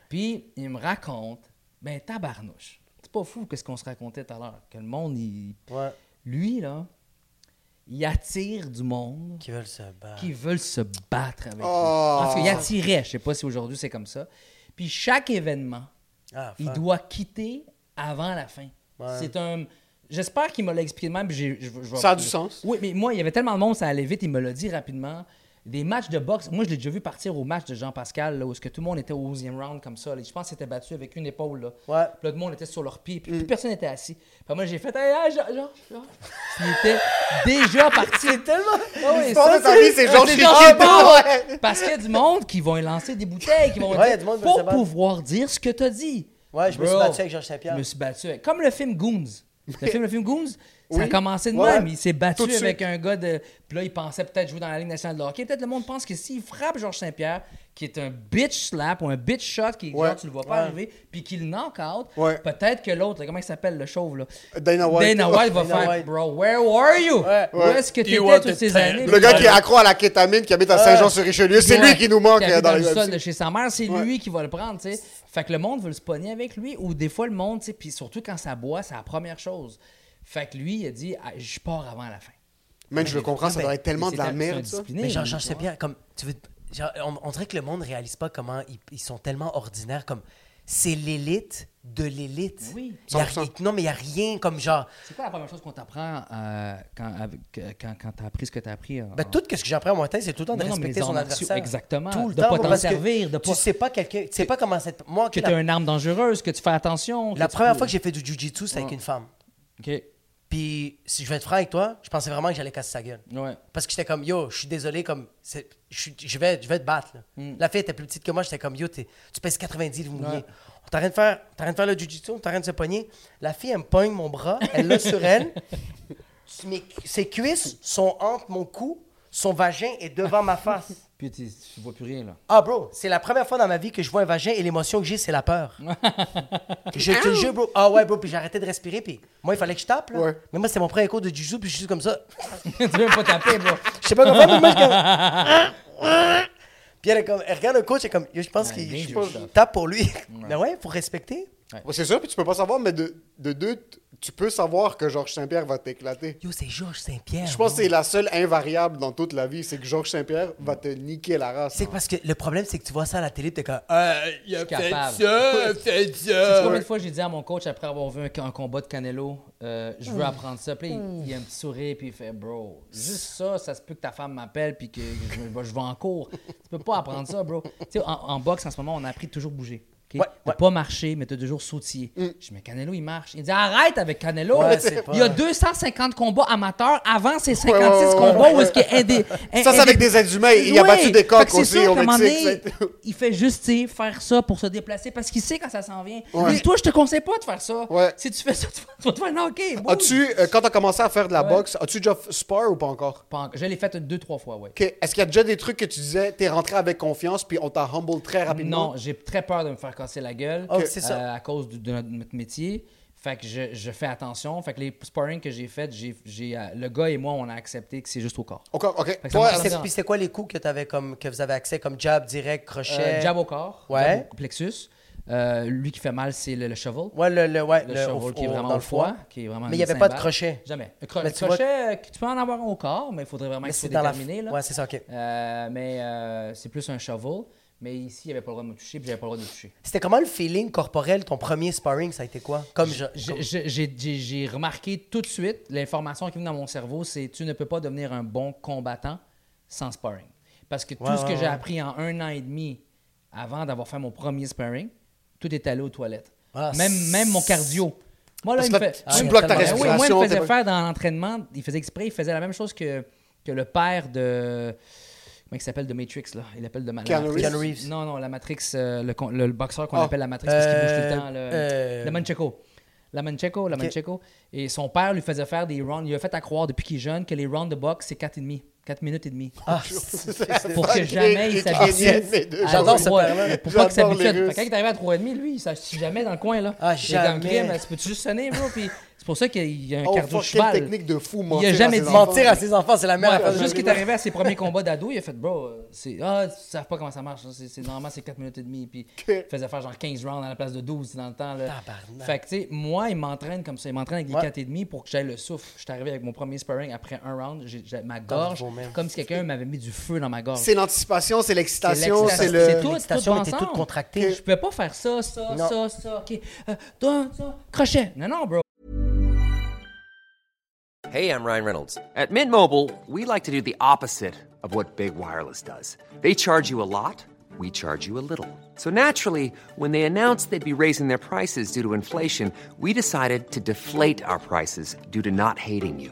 D: Puis il me raconte, ben tabarnouche. C'est pas fou que ce qu'on se racontait tout à l'heure, que le monde, il...
B: Ouais.
D: lui, là, il attire du monde
B: Qui veulent se battre.
D: qui veulent se battre avec lui.
C: Oh.
D: Parce qu'il attirait, je sais pas si aujourd'hui c'est comme ça. Puis chaque événement,
B: Ah,
D: il
B: fuck.
D: doit quitter avant la fin. C'est un... J'espère qu'il me l'a expliqué de même. puis j'ai- je- je vais-
C: Ça a du
D: je-
C: sens.
D: Oui, mais moi, il y avait tellement de monde, ça allait vite, il me l'a dit rapidement. Des matchs de boxe, moi je l'ai déjà vu partir au match de Jean-Pascal, là, où est-ce que tout le monde était au 11e round comme ça. là. Je pense qu'il s'était battu avec une épaule. Là.
B: Ouais.
D: Puis là, tout le monde était sur leurs pieds,
C: Mm.
D: puis plus personne n'était assis. Puis moi j'ai fait, hey, hey, Jean- Jean- Jean. Il était déjà parti.
B: Tellement.
D: Ah oui,
C: L'histoire
D: ça,
C: de sa vie, c'est Georges
D: Georges
C: Richard.
D: Richard.
C: Ouais.
D: Parce qu'il y a du monde qui vont lancer des bouteilles, qui vont
B: Ouais, y a du
D: dire,
B: monde qui veut se
D: pour
B: battre.
D: pouvoir dire ce que t'as dit.
B: Ouais, je me suis
D: Bro,
B: battu avec Georges Saint-Pierre.
D: Je me suis battu avec. Comme le film Goons. Le film, le film Goons, Ça a
C: Oui.
D: commencé de
C: Ouais.
D: même. Il s'est battu
C: Tout de
D: avec
C: suite.
D: un gars de. Puis là, il pensait peut-être jouer dans la Ligue nationale de hockey. Peut-être le monde pense que s'il frappe Georges Saint-Pierre, qui est un bitch slap ou un bitch shot, qui
C: Ouais.
D: genre, tu le vois pas arriver, puis qu'il knock out,
C: Ouais.
D: peut-être que l'autre, là, comment il s'appelle, le chauve, là
C: Dana White.
D: Dana White va
B: Dana
D: faire
B: White.
D: Bro, where were you Où
C: Ouais.
D: est-ce que tu
G: You wanted
D: toutes ces
G: time.
D: années
C: Le gars qui est accro à la kétamine, qui habite à Saint-Jean-sur-Richelieu, c'est lui qui nous manque
D: habite
C: euh, dans
D: le
C: la
D: sol de chez sa mère, c'est lui qui va le prendre, tu sais. Fait que le monde veut se pogner avec lui, ou des fois le monde, tu sais, puis surtout quand ça boit, c'est la première chose. Fait que lui, il a dit, Ah, je pars avant la fin.
C: Même je le comprends, ça doit être tellement de
D: Ah ben, C'est
C: la merde,
D: un- c'est un
C: ça.
D: discipliné,
B: Mais
D: lui.
B: genre, Georges Saint-Pierre, comme, tu veux, genre, on, on dirait que le monde réalise pas comment ils, ils sont tellement ordinaires, comme, c'est l'élite de l'élite.
D: Oui.
B: Il y a
C: 100%.
B: ri- non, mais il n'y a rien comme genre.
D: C'est quoi la première chose qu'on t'apprend euh, quand, avec- quand, quand t'as appris ce que t'as appris? en-
B: Ben, tout ce que j'apprends à mon temps, c'est tout le temps de
D: Non, non, mais
B: respecter
D: les arts
B: son
D: martiaux,
B: adversaire.
D: exactement.
B: Tout le
D: De
B: temps.
D: pas t'en
B: parce que
D: servir, de
B: tu
D: pas-
B: sais pas quelqu'un. Tu sais pas comment cette. Moi,
D: Que
B: la,
D: t'as une arme dangereuse, que tu fais attention.
B: la
D: tu
B: première
D: peux-
B: fois que j'ai fait du jujitsu, c'était avec une femme.
D: Ok.
B: Puis, si je vais être franc avec toi, je pensais vraiment que j'allais casser sa gueule.
D: Ouais.
B: Parce que j'étais comme, yo, je suis désolé, comme, c'est- je, suis- je vais, je vais te battre. là.
D: Mm.
B: La fille était plus petite que moi, j'étais comme, yo, t'es- tu pèses 90 livres mouillés. On t'arrête de faire, t'es en train de faire le jujitsu, on t'arrête de se pogner. La fille, elle me pogne mon bras, elle l'a sur elle. Mes- ses cuisses sont entre mon cou, son vagin est devant ma face.
D: Puis tu tu vois plus rien, là.
B: Ah, bro, c'est la première fois dans ma vie que je vois un vagin et l'émotion que j'ai, c'est la peur. je te le jure, bro. Ah ouais, bro, puis j'ai arrêté de respirer, puis moi, il fallait que je tape, là.
C: Ouais.
B: Mais moi, c'est mon premier cours de jujitsu, puis je suis comme ça.
D: tu veux même pas taper, bro.
B: Je sais pas comment faire, mais moi, je suis comme... Puis elle, est comme, elle regarde le coach, elle est comme, Yo, je pense qu'il je sais pas, je tape pour lui. Mais ouais, pour respecter.
C: Ouais, C'est sûr, puis tu peux pas savoir, mais de, de deux, t- tu peux savoir que Georges Saint-Pierre va t'éclater.
B: Yo, c'est Georges Saint-Pierre.
C: Je pense
B: bro.
C: que c'est la seule invariable dans toute la vie, c'est que Georges Saint-Pierre va te niquer la race.
B: C'est parce que le problème, c'est que tu vois ça à la télé, t'es comme,
C: Ah,
B: euh, il a fait
D: Capable.
B: ça, fait
D: Tu sais
B: ça.
D: combien de fois j'ai dit à mon coach après avoir vu un, un combat de Canelo, euh, je veux apprendre ça. Puis là, il, il a un petit sourire, puis il fait Bro, juste ça, ça se peut que ta femme m'appelle, puis que je, me- je vais en cours. Tu peux pas apprendre ça, bro. Tu sais, en, en boxe, en ce moment, on a appris de toujours bouger. ok?
B: Ouais,
D: De
B: ouais.
D: pas marcher, mais de toujours sautiller.
C: Mm.
D: Je dis, mais Canelo, il marche. Il dit, arrête avec Canelo.
B: Ouais, c'est pas-
D: il y a 250 combats amateurs avant ses 56
C: ouais, ouais,
D: combats où est-ce qu'il y a indé-
C: Ça, c'est avec des êtres humains. Il a
D: Ouais.
C: battu des
D: Fait
C: coqs
D: que c'est
C: aussi
D: sûr
C: au
D: qu'à un moment
C: Mexique.
D: donné,
C: ça.
D: il fait juste tu sais, faire ça pour se déplacer parce qu'il sait quand ça s'en vient.
C: Ouais.
D: Lui, toi, je te conseille pas de faire ça.
C: Ouais.
D: Si tu fais ça, tu vas, tu vas te faire knocker. Bouge.
C: As-tu, euh, quand t'as commencé à faire de la boxe, as-tu déjà f- spar ou pas encore?
D: Pas encore. Je l'ai fait deux, trois fois, ouais.
C: Que- Est-ce qu'il y a déjà des trucs que tu disais, t'es rentré avec confiance, puis on t'a humble très rapidement?
D: Non, j'ai très peur de me faire casser la gueule euh,
B: Ok, c'est ça.
D: à cause de, de notre, notre métier. Fait que je, je fais attention. Fait que les sparring que j'ai fait, j'ai, j'ai, euh, le gars et moi, on a accepté que c'est juste au corps.
C: Encore, ok.
D: que ça
C: Toi,
D: me
C: c'est-
D: ressemble.
B: ah, Puis c'était quoi les coups que, t'avais comme, que vous avez accès, comme jab, direct, crochet?
D: Euh, jab au corps,
B: Ouais.
D: jab au plexus. Euh, lui qui fait mal, c'est le, le shovel.
B: Ouais, le, le, ouais,
D: Le
B: le-
D: shovel qui est vraiment
B: dans
D: au
B: le
D: foie, qui est vraiment
B: Mais il
D: une
B: n'y avait pas de
D: cymbale.
B: crochet.
D: Jamais. Le, cro-
B: Mais
D: le
B: tu vois-
D: crochet, euh, tu peux en avoir un au corps, mais il faudrait vraiment
B: Mais
D: que ce soit
B: c'est dans la.
D: déterminé. là.
B: Ouais, c'est ça, ok.
D: Euh, mais euh, c'est plus un shovel. Mais ici, il n'y avait pas le droit de me toucher, puis j'avais pas le droit de le toucher.
B: C'était comment le feeling corporel, ton premier sparring, ça a été quoi? Comme je.
D: J'ai- j'ai- J'ai j'ai- j'ai remarqué tout de suite, l'information qui vient dans mon cerveau, c'est tu ne peux pas devenir un bon combattant sans sparring. Parce que tout
B: Ouais,
D: ce que
B: ouais,
D: j'ai
B: ouais.
D: appris en un an et demi avant d'avoir fait mon premier sparring, tout est allé aux toilettes.
B: Ah,
D: même, même mon cardio. Moi, là,
C: Parce
D: il
C: que
D: me
C: là,
D: fait-
C: tu
D: Ah,
B: me
D: il
B: bloques ta
D: tellement- Oui, moi, il
C: respiration,
D: me
C: t'es
D: faisait
C: pas-
D: faire dans l'entraînement, il faisait exprès, il faisait la même chose que, que le père de. Comment il s'appelle de Matrix, là Il appelle de ma- la
C: Keanu
D: Matrix.
C: Reeves.
B: Keanu Reeves.
D: Non, non, la Matrix, euh, le, con- le- le boxeur qu'on
C: Ah.
D: appelle la Matrix parce qu'il bouge tout
B: Euh,
D: le temps. Le,
B: euh,
D: le Mancheco. La Mancheco, la Mancheco. Et son père lui faisait faire des rounds. Il a fait à croire depuis qu'il est jeune que les rounds de boxe, c'est 4,5. 4 minutes et demie.
C: Ah,
B: Ah,
D: pour que jamais il s'habitue. à-
B: J'adore ce
D: ouais,
B: père-là.
D: Pour pas qu'il
C: J'adore
D: s'habitue. à-
C: les
D: Fait que
C: Russes.
D: Quand il est arrivé à 3,5, lui, il s'habitue jamais dans le coin. là.
B: Ah,
D: Il est comme,
B: jamais.
D: Grim, peux-tu juste sonner, bro? Puis c'est pour ça qu'il y a un
C: Oh,
D: cardio
C: fuck,
D: de
C: quelle
D: cheval.
C: technique de fou,
D: Il a
C: mentir à
D: jamais
C: ses
D: dit
C: enfants.
B: Mentir à ses enfants, c'est la meilleure
D: Ouais,
B: affaire
D: juste qu'il
B: du
D: est arrivé à ses premiers combats d'ado, il a fait Bro, euh, c'est. Ah, tu savais pas comment ça marche. ça, C'est, c'est- normalement, c'est 4 minutes et demie. Puis il faisait faire genre 15 rounds à la place de 12 dans le temps. Là.
B: Tabarnak.
D: Fait que, tu sais, moi, il m'entraîne comme ça. Il m'entraîne avec les
B: Ouais.
D: 4 et demi pour que j'aille le souffle. Je suis arrivé avec mon premier sparring après un round. J'ai, j'ai- ma
B: du
D: gorge,
B: beau même.
D: comme si quelqu'un m'avait mis du feu dans ma gorge.
C: C'est l'anticipation, c'est l'excitation,
D: C'est
C: c'est
D: l'excitation,
C: le.
D: c'est tout.
B: L'excitation
D: tout
B: était toute
D: ensemble.
B: contractée.
D: Je pouvais pas faire ça, ça,
B: Non.
D: ça, ça. OK. Euh, toi, ça, crochet. Non, non, bro.
H: Hey, I'm Ryan Reynolds. At Mint Mobile, we like to do the opposite of what Big Wireless does. They charge you a lot, we charge you a little. So naturally, when they announced they'd be raising their prices due to inflation, we decided to deflate our prices due to not hating you.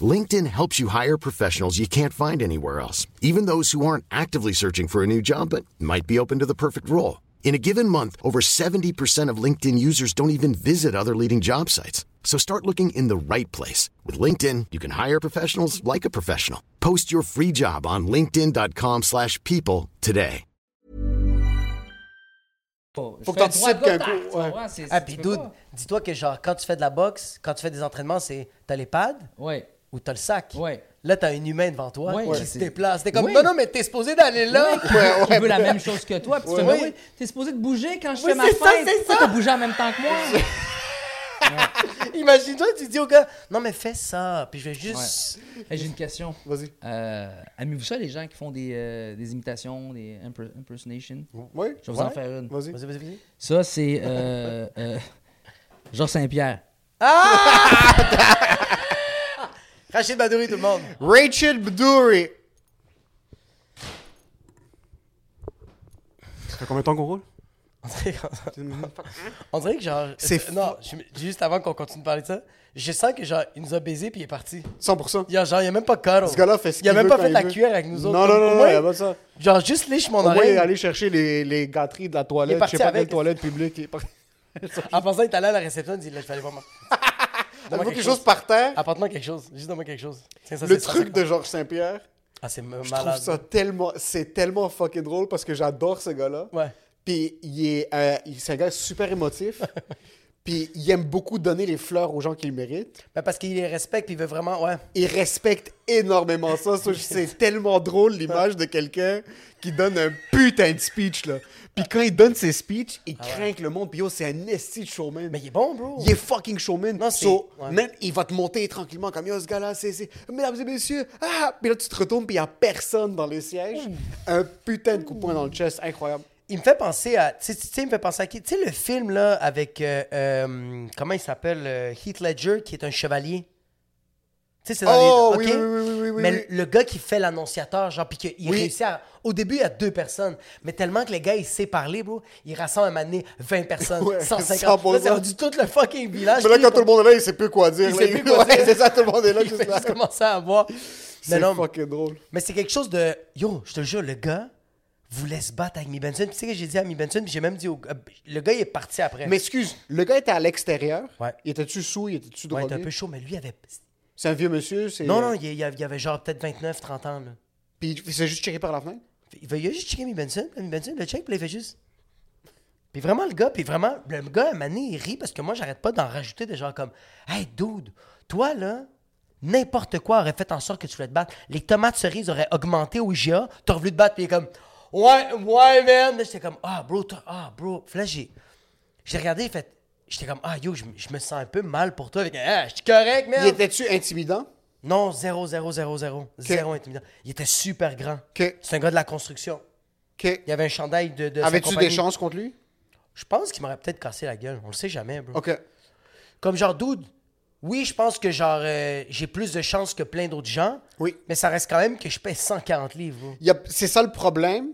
I: LinkedIn helps you hire professionals you can't find anywhere else, even those who aren't actively searching for a new job but might be open to the perfect role. In a given month, over 70% of LinkedIn users don't even visit other leading job sites. So start looking in the right place. With LinkedIn, you can hire professionals like a professional. Post your free job on linkedin.com/people slash people today.
C: Faut que t'en anticipes qu'un coup, ouais.
B: Ah, puis dude, dis-toi que genre, quand tu fais de la boxe, quand tu fais des entraînements, c'est t'as les pads
D: Ouais.
B: ou t'as le sac.
D: Ouais.
B: Là, t'as un humain devant toi
D: Ouais,
B: qui
D: ouais,
B: se
D: c'est-
B: déplace. T'es comme,
D: Oui.
B: non, non, mais t'es supposé d'aller là.
D: Il veut la même chose que toi. Puis tu fais,
B: Ouais.
D: ben oui, t'es supposé de bouger quand je
B: Oui,
D: fais ma
B: c'est
D: fête.
B: ça, c'est
D: Pourquoi
B: ça.
D: t'as bougé en même temps que moi?
B: Imagine-toi, tu dis au gars, non, mais fais ça. Puis je vais juste.
D: Hey, J'ai une question.
C: Vas-y.
D: Euh, Aimez-vous ça, les gens qui font des, euh, des imitations, des impr- impersonations?
C: Oui.
D: Je vais vous
C: ouais.
D: en faire une.
C: Vas-y.
B: Vas-y, vas-y, vas-y.
D: Ça, c'est euh, euh, Georges Saint-Pierre.
B: Rachid Badouri, tout le monde.
C: Rachel Bdouri. Ça fait combien de temps qu'on roule?
B: On dirait que genre. euh,
C: C'est
B: Non, je- juste avant qu'on continue de parler de ça, je sens que genre, il nous a baisé puis il est parti.
C: 100%.
B: Il y a genre, il a même pas cuddle.
C: Ce gars-là fait ce
B: Il a
C: qu'il
B: même
C: veut
B: pas
C: quand
B: fait
C: il
B: la
C: veut.
B: cuillère avec nous autres.
C: Non,
B: Comme,
C: non,
B: au
C: non,
B: moins,
C: il y a pas ça.
B: Genre, juste lèche mon
C: Au moins, il est
B: oreille.
C: allé chercher les, les gâteries de la
B: Il est
C: toilette.
B: parti
C: Je sais pas quelle
B: avec.
C: toilette publique. Il est parti.
B: En pensant, il est allé à la réception, il dit, là, je vais aller voir moi.
C: Il
B: Donne-moi
C: quelque chose par terre.
B: Apporte-moi quelque chose. Juste donne-moi quelque chose. Tiens, ça,
C: Le
B: c'est
C: truc
B: 150.
C: de Georges Saint-Pierre.
B: Ah, c'est malade.
C: Je trouve ça tellement, c'est tellement fucking drôle parce que j'adore ce gars-là.
B: Ouais.
C: Puis il est, euh, il- c'est un gars super émotif. Puis il aime beaucoup donner les fleurs aux gens qui le méritent.
B: Ben, parce qu'il les respecte puis il veut vraiment. Ouais.
C: Il respecte énormément ça. Ça, c'est tellement drôle l'image de quelqu'un qui donne un putain de speech là. Puis quand il donne ses speeches, il craint que le monde. Puis yo, c'est un esti de showman.
B: Ah Mais il est bon, bro.
C: Il est fucking showman.
B: Non, c'est-
C: so,
B: ouais.
C: man, il va te monter tranquillement comme yo, ce gars-là, c'est. c'est- Mesdames et messieurs, ah! Puis là, tu te retournes, puis il n'y a personne dans les sièges. Un putain de coup de poing dans le chest, incroyable.
B: Il me fait penser à. Tu sais, tu sais, il me fait penser à qui Tu sais, le film, là, avec. euh, euh, comment il s'appelle euh, Heath Ledger, qui est un chevalier. Tu sais, c'est dans
C: Oh,
B: les.
C: oui,
B: ok?
C: oui, oui, oui, oui, oui,
B: Mais
C: oui.
B: le- le gars qui fait l'annonciateur, genre, puis qu'il
C: Oui.
B: réussit à. Au début, il y a deux personnes. Mais tellement que les gars, il sait parler, bro, il rassemble à un moment donné 20 personnes,
C: Ouais,
B: 150. Là, c'est
C: 100%.
B: rendu tout le fucking village.
C: Mais là,
B: Puis,
C: quand
B: Ah, comme-
C: tout le monde est là, il sait plus quoi dire.
B: il
C: là.
B: sait plus quoi
C: Ouais,
B: dire.
C: c'est ça, tout le monde est là,
B: Il
C: juste
B: fait
C: là.
B: juste commencer à boire.
C: C'est
B: non, non.
C: fucking drôle.
B: Mais c'est quelque chose de. Yo, je te le jure, le gars voulait se battre avec Mi Benson. Puis tu sais que j'ai dit à Mi Benson, puis j'ai même dit au gars. Le gars, il est parti après.
C: Mais excuse, le gars était à l'extérieur.
B: Ouais.
C: Il était-tu sous, il
B: Ouais,
C: était-tu
B: il
C: drogué?
B: était un peu chaud, mais lui avait.
C: C'est un vieux monsieur, c'est.
B: Non, non, il y a- il y avait genre peut-être 29, 30 ans. Là.
C: Puis il s'est juste tiré par la fenêtre.
B: Il veut il a juste checker Mi Benson, puis Mi Benson le check, puis là, il fait juste. Puis vraiment, le gars, puis vraiment, le gars, à un moment donné, il rit parce que moi, j'arrête pas d'en rajouter des gens comme Hey, dude, toi, là, n'importe quoi aurait fait en sorte que tu voulais te battre. Les tomates cerises auraient augmenté au GA, t'aurais voulu te battre, puis il est comme Ouais, ouais, man. Là, j'étais comme Ah, bro, toi, ah, bro. Puis là, j'ai. J'ai regardé, il fait. J'étais comme Ah, yo, je, me- je me sens un peu mal pour toi. Fait que, Ah, je suis correct, man.
C: Il était-tu intimidant?
B: Non, zéro, zéro, zéro, zéro. Zéro intimidant. Il était super grand.
C: Ok.
B: C'est un gars de la construction.
C: Ok.
B: Il avait un chandail de. de sa
C: Avais-tu
B: compagnie.
C: des chances contre lui?
B: Je pense qu'il m'aurait peut-être cassé la gueule. On le sait jamais, bro.
C: Ok.
B: Comme genre, dude, oui, je pense que genre, euh, j'ai plus de chances que plein d'autres gens.
C: Oui.
B: Mais ça reste quand même que je pèse 140 livres, bro.
C: Il y a- C'est ça le problème.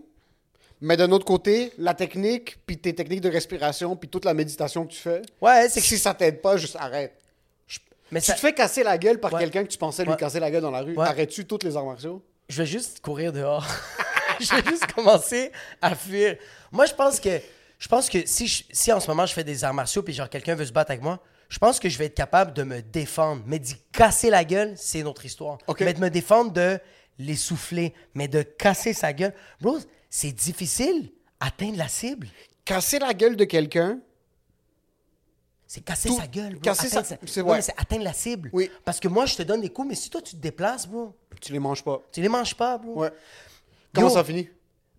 C: Mais d'un autre côté, la technique, puis tes techniques de respiration, puis toute la méditation que tu fais,
B: Ouais, c'est que.
C: si ça t'aide pas, juste arrête.
B: Mais
C: Tu
B: ça-
C: te fais casser la gueule par
B: Ouais.
C: quelqu'un que tu pensais lui
B: Ouais.
C: casser la gueule dans la rue,
B: Ouais.
C: arrêtes-tu toutes les arts martiaux?
B: je vais juste courir dehors. je vais juste commencer à fuir. Moi, je pense que je pense que si, je- si en ce moment je fais des arts martiaux puis genre quelqu'un veut se battre avec moi, je pense que je vais être capable de me défendre. Mais d'y casser la gueule, c'est une autre histoire.
C: Ok.
B: Mais de me défendre de l'essouffler, mais de casser sa gueule. Bro, c'est difficile atteindre la cible.
C: Casser la gueule de quelqu'un,
B: C'est casser
C: Tout-
B: sa gueule, bro.
C: casser sa-
B: Atteindre
C: c'est
B: Non,
C: vrai.
B: mais c'est atteindre la cible.
C: Oui.
B: Parce que moi, je te donne des coups, mais si toi, tu te déplaces, bro,
C: tu les manges pas.
B: tu les manges pas, bro.
C: Ouais. Comment
B: Yo.
C: ça finit?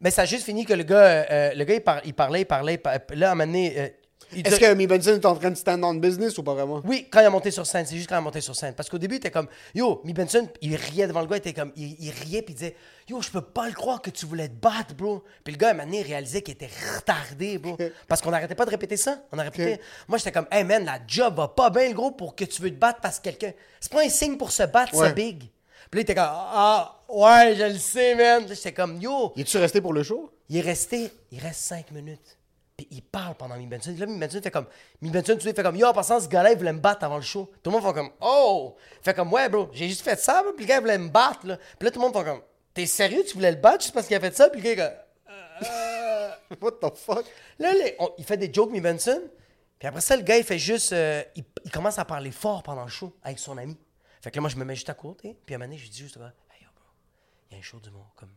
B: Mais ça a juste fini que le gars, euh, euh, le gars il, par- il parlait, il parlait. il par- Là, à un moment donné, euh, Il
C: Est-ce
B: te-
C: que Mi Benson est en train de stand on business ou pas vraiment?
B: Oui, quand il est monté sur scène, c'est juste quand il est monté sur scène. Parce qu'au début, t'es comme, yo, Mi Benson, il riait devant le gars, il était comme, il, il riait, puis il disait, yo, je peux pas le croire que tu voulais te battre, bro. Puis le gars, à un moment donné, il réalisait qu'il était retardé, bro. Parce qu'on n'arrêtait pas de répéter ça. On a répété. Moi, j'étais comme, hey man, la job va pas bien, le gros, pour que tu veux te battre parce que quelqu'un. C'est pas un signe pour se battre, ça,
C: Ouais.
B: big. Puis là, il était comme, ah, ouais, je le sais, man. Là, j'étais comme, yo,
C: Il est-tu resté pour le show?
B: il est resté, il reste cinq minutes. Puis il parle pendant Mi Benson. Là, Mi Benson fait comme. Mi Benson, tu sais, fait comme Yo, en passant, ce gars-là, il voulait me battre avant le show. Tout le monde fait comme Oh Fait comme Ouais, bro, j'ai juste fait ça, bro. puis le gars, il voulait me battre. Là. Puis là, tout le monde fait comme T'es sérieux, tu voulais le battre juste parce qu'il a fait ça Puis le gars, il est comme,
C: What the fuck?
B: Là, les- on- il fait des jokes, Mi Benson. Puis après ça, le gars, il fait juste. euh, il, il commence à parler fort pendant le show avec son ami. Fait que là, moi, je me mets juste à côté. Puis à un moment donné, je lui dis juste, comme, hey, yo, bro, il y a un show du monde. Comme,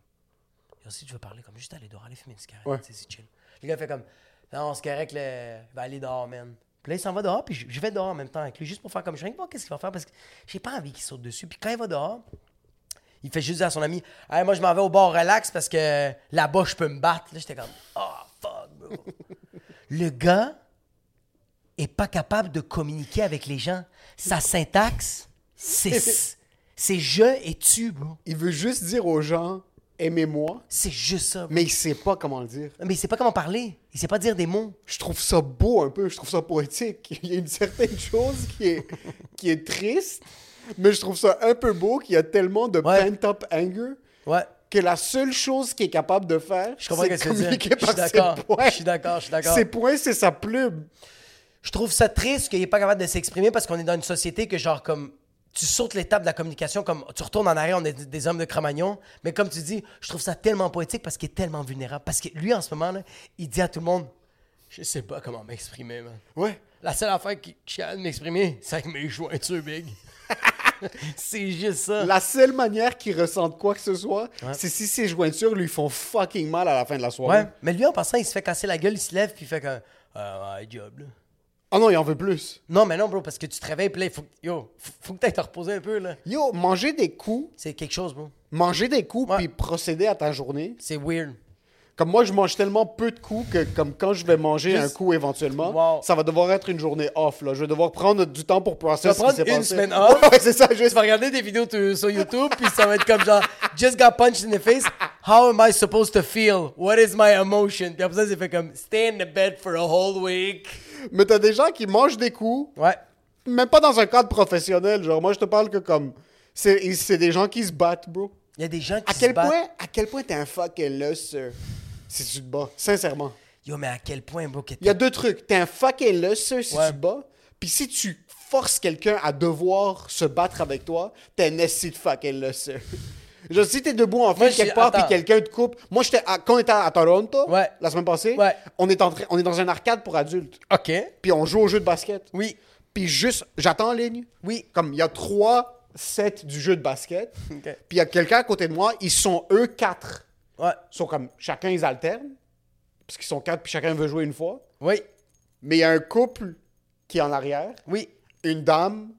B: yo, si tu veux parler, comme, juste aller dehors, aller fumer une cigarette. tu sais, C'est chill. Le gars fait comme, non, c'est correct, le... il va aller dehors, man. Puis là, il s'en va dehors, puis je, je vais dehors en même temps avec lui, juste pour faire comme je sais pas qu'est-ce qu'il va faire parce que j'ai pas envie qu'il saute dessus. Puis quand il va dehors, il fait juste dire à son ami Hey, moi je m'en vais au bar relax parce que là-bas je peux me battre. Là, j'étais comme Oh fuck, bro. Le gars est pas capable de communiquer avec les gens. Sa syntaxe, c'est c'est je et tu, bro.
C: Il veut juste dire aux gens, aimez-moi,
B: C'est juste ça. bro.
C: mais il sait pas comment le dire.
B: Mais il sait pas comment parler. Il sait pas dire des mots.
C: Je trouve ça beau un peu, je trouve ça poétique. Il y a une certaine chose qui est, qui est triste, mais je trouve ça un peu beau qu'il y a tellement de
B: Ouais.
C: pent-up anger
B: Ouais.
C: que la seule chose qu'il est capable de faire,
B: Je comprends
C: c'est
B: ce que tu veux
C: communiquer
B: dire. Je
C: par
B: suis
C: ses
B: d'accord.
C: points.
B: Je suis d'accord, je suis d'accord.
C: Ses points, c'est sa plume.
B: je trouve ça triste qu'il n'est pas capable de s'exprimer parce qu'on est dans une société que genre comme tu sautes l'étape de la communication comme tu retournes en arrière on est des hommes de Cramagnon mais comme tu dis je trouve ça tellement poétique parce qu'il est tellement vulnérable parce que lui en ce moment là il dit à tout le monde je sais pas comment m'exprimer man.
C: Ouais.
B: la seule affaire qui qui a de m'exprimer c'est avec mes jointures big c'est juste ça
C: La seule manière qu'il ressente quoi que ce soit, c'est si ses jointures lui font fucking mal à la fin de la soirée.
B: ouais mais lui en passant il se fait casser la gueule il se lève puis il fait comme ah ouais, job là
C: Oh non, il en veut plus.
B: non mais non bro parce que tu te réveilles puis là il faut yo faut, faut que t'ailles te reposer un peu là
C: Yo, manger des coups,
B: c'est quelque chose bro
C: manger des coups
B: Ouais.
C: puis procéder à ta journée.
B: c'est weird
C: Comme moi, je mange tellement peu de coups que comme quand je vais manger un coup éventuellement,
B: Wow.
C: ça va devoir être une journée off. Là. Je vais devoir prendre du temps pour processer
B: Tu vas
C: ce qui
B: prendre
C: s'est
B: une
C: passé.
B: semaine off.
C: Ouais, c'est ça,
B: Tu
C: juste.
B: vas regarder des vidéos tu- sur YouTube, puis ça va être comme genre, just got punched in the face. How am I supposed to feel? What is my emotion? Puis après ça, c'est fait comme, stay in the bed for a whole week.
C: Mais t'as des gens qui mangent des coups,
B: Ouais.
C: même pas dans un cadre professionnel. Genre, moi, je te parle que comme. C'est c'est des gens qui se battent, bro.
B: Il y a des gens qui
C: À
B: se
C: quel
B: battent.
C: point, à quel point t'es un fucking loser si tu te bats, sincèrement.
B: Yo, mais à quel point, bro, que
C: Il y a deux trucs. T'es un fucking loser si
B: Ouais.
C: tu te bats, puis si tu forces quelqu'un à devoir se battre avec toi, t'es un esti de fucking loser. Genre, si t'es debout en
B: Moi,
C: fait
B: je suis-
C: quelque part, puis
B: attends.
C: quelqu'un te coupe. Moi, j'étais à- quand on était à Toronto,
B: Ouais.
C: la semaine passée,
B: Ouais.
C: on, est en train- on est dans un arcade pour adultes,
B: OK.
C: puis on joue au jeu de basket.
B: Oui.
C: Puis juste, j'attends en ligne.
B: Oui.
C: Comme il y a trois sets du jeu de basket,
B: OK.
C: puis il y a quelqu'un à côté de moi, ils sont eux quatre
B: Ouais.
C: sont comme chacun ils alternent parce qu'ils sont quatre puis chacun veut jouer une fois.
B: Oui.
C: Mais il y a un couple qui est en arrière,
B: Oui.
C: une dame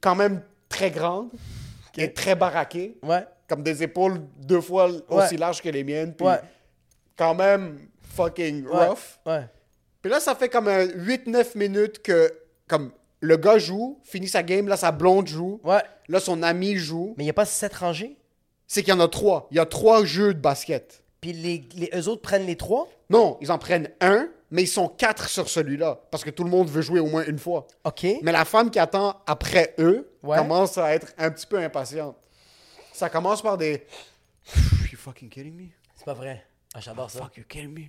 C: quand même très grande qui est très baraquée,
B: Ouais.
C: comme des épaules deux fois aussi
B: Ouais.
C: larges que les miennes, puis
B: Ouais.
C: quand même fucking
B: Ouais.
C: rough.
B: Ouais.
C: Puis là ça fait comme un 8-9 minutes que comme le gars joue, finit sa game, là sa blonde joue,
B: Ouais.
C: là son ami joue.
B: Mais il n'y a pas sept rangées.
C: C'est qu'il y en a trois. Il y a trois jeux de basket.
B: Puis les, les, eux autres prennent les trois.
C: Non, ils en prennent un, mais ils sont quatre sur celui-là, parce que tout le monde veut jouer au moins une fois.
B: OK.
C: Mais la femme qui attend après eux
B: Ouais.
C: commence à être un petit peu impatiente. Ça commence par des... You fucking kidding me?
B: C'est pas vrai. Ah, j'adore ça.
C: Fuck, you kidding me?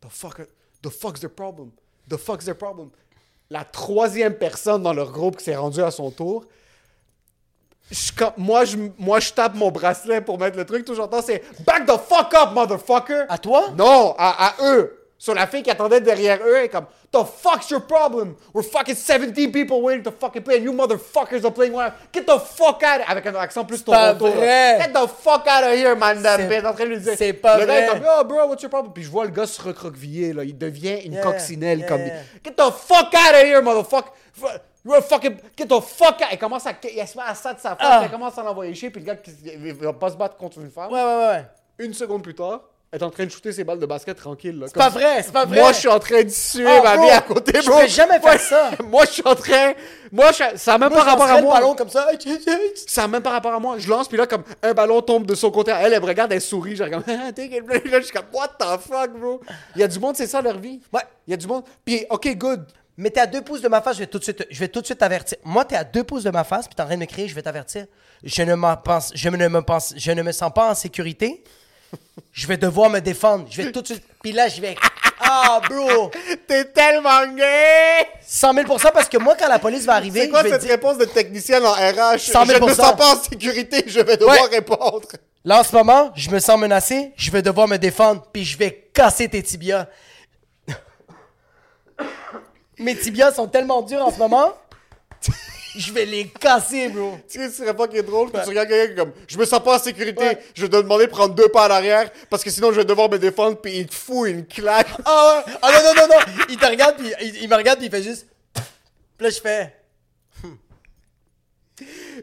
C: The, fuck, the fuck's their problem? The fuck's their problem? La troisième personne dans leur groupe qui s'est rendue à son tour, je ca- moi, je, moi, je tape mon bracelet pour mettre le truc. Tout j'entends, c'est Back the fuck up, motherfucker!
B: À toi?
C: Non, à, à eux. Sur la fille qui attendait derrière eux, elle est comme The fuck's your problem? We're fucking 17 people waiting to fucking play and you motherfuckers are playing one. Get the fuck out! Avec un accent plus
B: pas
C: Toronto. là.
B: vrai.
C: Get the fuck out of here, man!
B: C'est-
C: Ben, en train de lui dire.
B: c'est pas
C: le gars est
B: vrai.
C: comme, Oh, bro, what's your problem? Puis je vois le gars se recroqueviller, là. Il devient une
B: Yeah,
C: coccinelle.
B: yeah,
C: comme,
B: yeah.
C: Get the fuck out of here, motherfucker! Fu- You're a fucking. Get the fuck out! Elle commence à. Elle se met à ça de sa face,
B: Ah.
C: elle commence à l'envoyer chier, puis le gars, qui- il va pas se battre contre une femme.
B: Ouais, ouais, ouais.
C: Une seconde plus tard, est en train de shooter ses balles de basket tranquille. là,
B: C'est
C: comme-
B: pas vrai, c'est pas vrai.
C: Moi, je suis en train de suer
B: Oh,
C: ma
B: bro,
C: vie à côté,
B: je
C: bro.
B: vais jamais faire
C: Moi-
B: ça.
C: moi, je suis en train. Moi, je- ça n'a même
B: Moi,
C: pas
B: je
C: rapport à
B: lancerais le
C: moi.
B: ballon comme ça.
C: Ça n'a même pas rapport à moi. Je lance, puis là, comme un ballon tombe de son côté. Elle, elle me regarde, elle sourit. Je regarde, Ah, t'es quel bleu? Là, je suis comme, what the fuck, bro? Il y a du monde, c'est ça leur vie.
B: Ouais.
C: Il y a du monde. Puis, ok, good.
B: Mais t'es à deux pouces de ma face, je vais tout de suite, je vais tout de suite t'avertir. Moi, t'es à deux pouces de ma face, puis t'es en train de me crier, je vais t'avertir. Je ne m'en pense, je ne me pense, je ne me sens pas en sécurité. Je vais devoir me défendre. Je vais tout de suite. Puis là, je vais. Ah, bro!
C: T'es tellement gay!
B: 100 000 parce que moi, quand la police va arriver,
C: C'est quoi
B: je vais
C: cette
B: dire.
C: réponse de technicienne en RH?
B: 100 000
C: Je ne me sens pas en sécurité, je vais devoir répondre.
B: Là, en ce moment, je me sens menacé, je vais devoir me défendre, puis je vais casser tes tibias. Mes tibias sont tellement durs en ce moment, je vais les casser, bro.
C: Tu sais, ce serait pas qui est drôle que tu regardes quelqu'un qui est comme je me sens pas en sécurité, je vais te demander de prendre deux pas à l'arrière parce que sinon je vais devoir me défendre puis il te fout une claque.
B: Ah ouais! Ah non, non, non, non! Il te regarde, puis il, il me regarde, puis il fait juste. Puis là, je fais.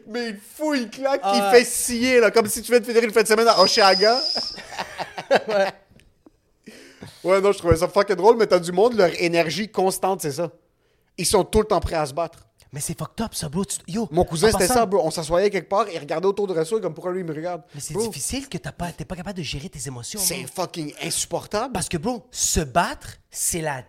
C: Mais il te fout une claque
B: Ah
C: qui fait scier là comme si tu venais de finir une fin de semaine à Oshaga. ouais. non, je trouvais ça fucking drôle mais t'as du monde leur énergie constante, c'est ça. Ils sont tout le temps prêts à se battre.
B: Mais c'est fucked up, ça, bro. Tu- Yo!
C: Mon cousin,
B: en
C: c'était
B: passant,
C: ça, bro. On s'assoyait quelque part et regardait autour de la soirée comme pourquoi lui il me regarde.
B: Mais c'est
C: Bro,
B: difficile que t'as pas, t'es pas capable de gérer tes émotions. bro.
C: C'est fucking insupportable.
B: Parce que, bro, se battre, c'est la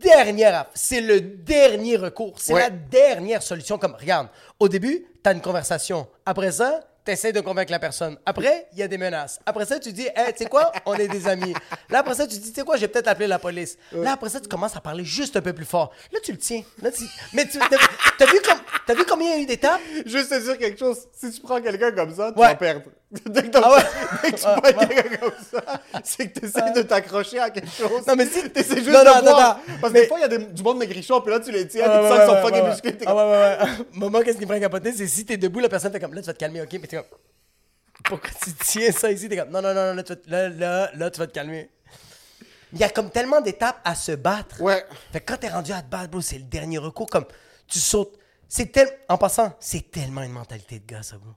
B: dernière, aff- c'est le dernier recours, c'est
C: Ouais.
B: la dernière solution. Comme, regarde, au début, t'as une conversation. Après ça, t'essaies de convaincre la personne. Après, il y a des menaces. Après ça, tu dis, hey, tu sais quoi, on est des amis. Là, après ça, tu dis, tu sais quoi, j'ai peut-être appelé la police. Là, après ça, tu commences à parler juste un peu plus fort. Là, tu le tiens. Là, tu- Mais tu, t'as, t'as vu comme, t'as vu combien il y a eu d'étapes?
C: Juste te dire quelque chose, si tu prends quelqu'un comme ça, tu
B: Ouais.
C: vas perdre. Dès que, t'en-
B: Ah ouais.
C: dès que tu prends quelqu'un comme ça, c'est que tu essaies de t'accrocher à quelque chose.
B: Non, mais si-
C: T'essaies juste
B: Non,
C: de
B: non, attends,
C: voir.
B: attends.
C: Parce que
B: Mais-
C: des fois, il y a des- du monde maigrichon, puis là, tu les tiens,
B: Ah,
C: puis tu
B: ouais,
C: sens qu'ils
B: ouais,
C: sont
B: ouais,
C: fucking
B: ouais,
C: musclés. t'es
B: ouais.
C: comme-
B: Ah, ouais, ouais, ouais. Maman, qu'est-ce qui me prend à capoter, c'est si t'es debout, la personne t'es comme là, tu vas te calmer, ok? Mais t'es comme, pourquoi tu tiens ça ici? T'es comme, non, non, non, non, là, tu vas te, là, là, là, tu vas te calmer. Il y a comme tellement d'étapes à se battre.
C: Ouais.
B: Fait que quand t'es rendu à te battre, bro, c'est le dernier recours. Comme, tu sautes. C'est tel... En passant, c'est tellement une mentalité de gars, ça, bro.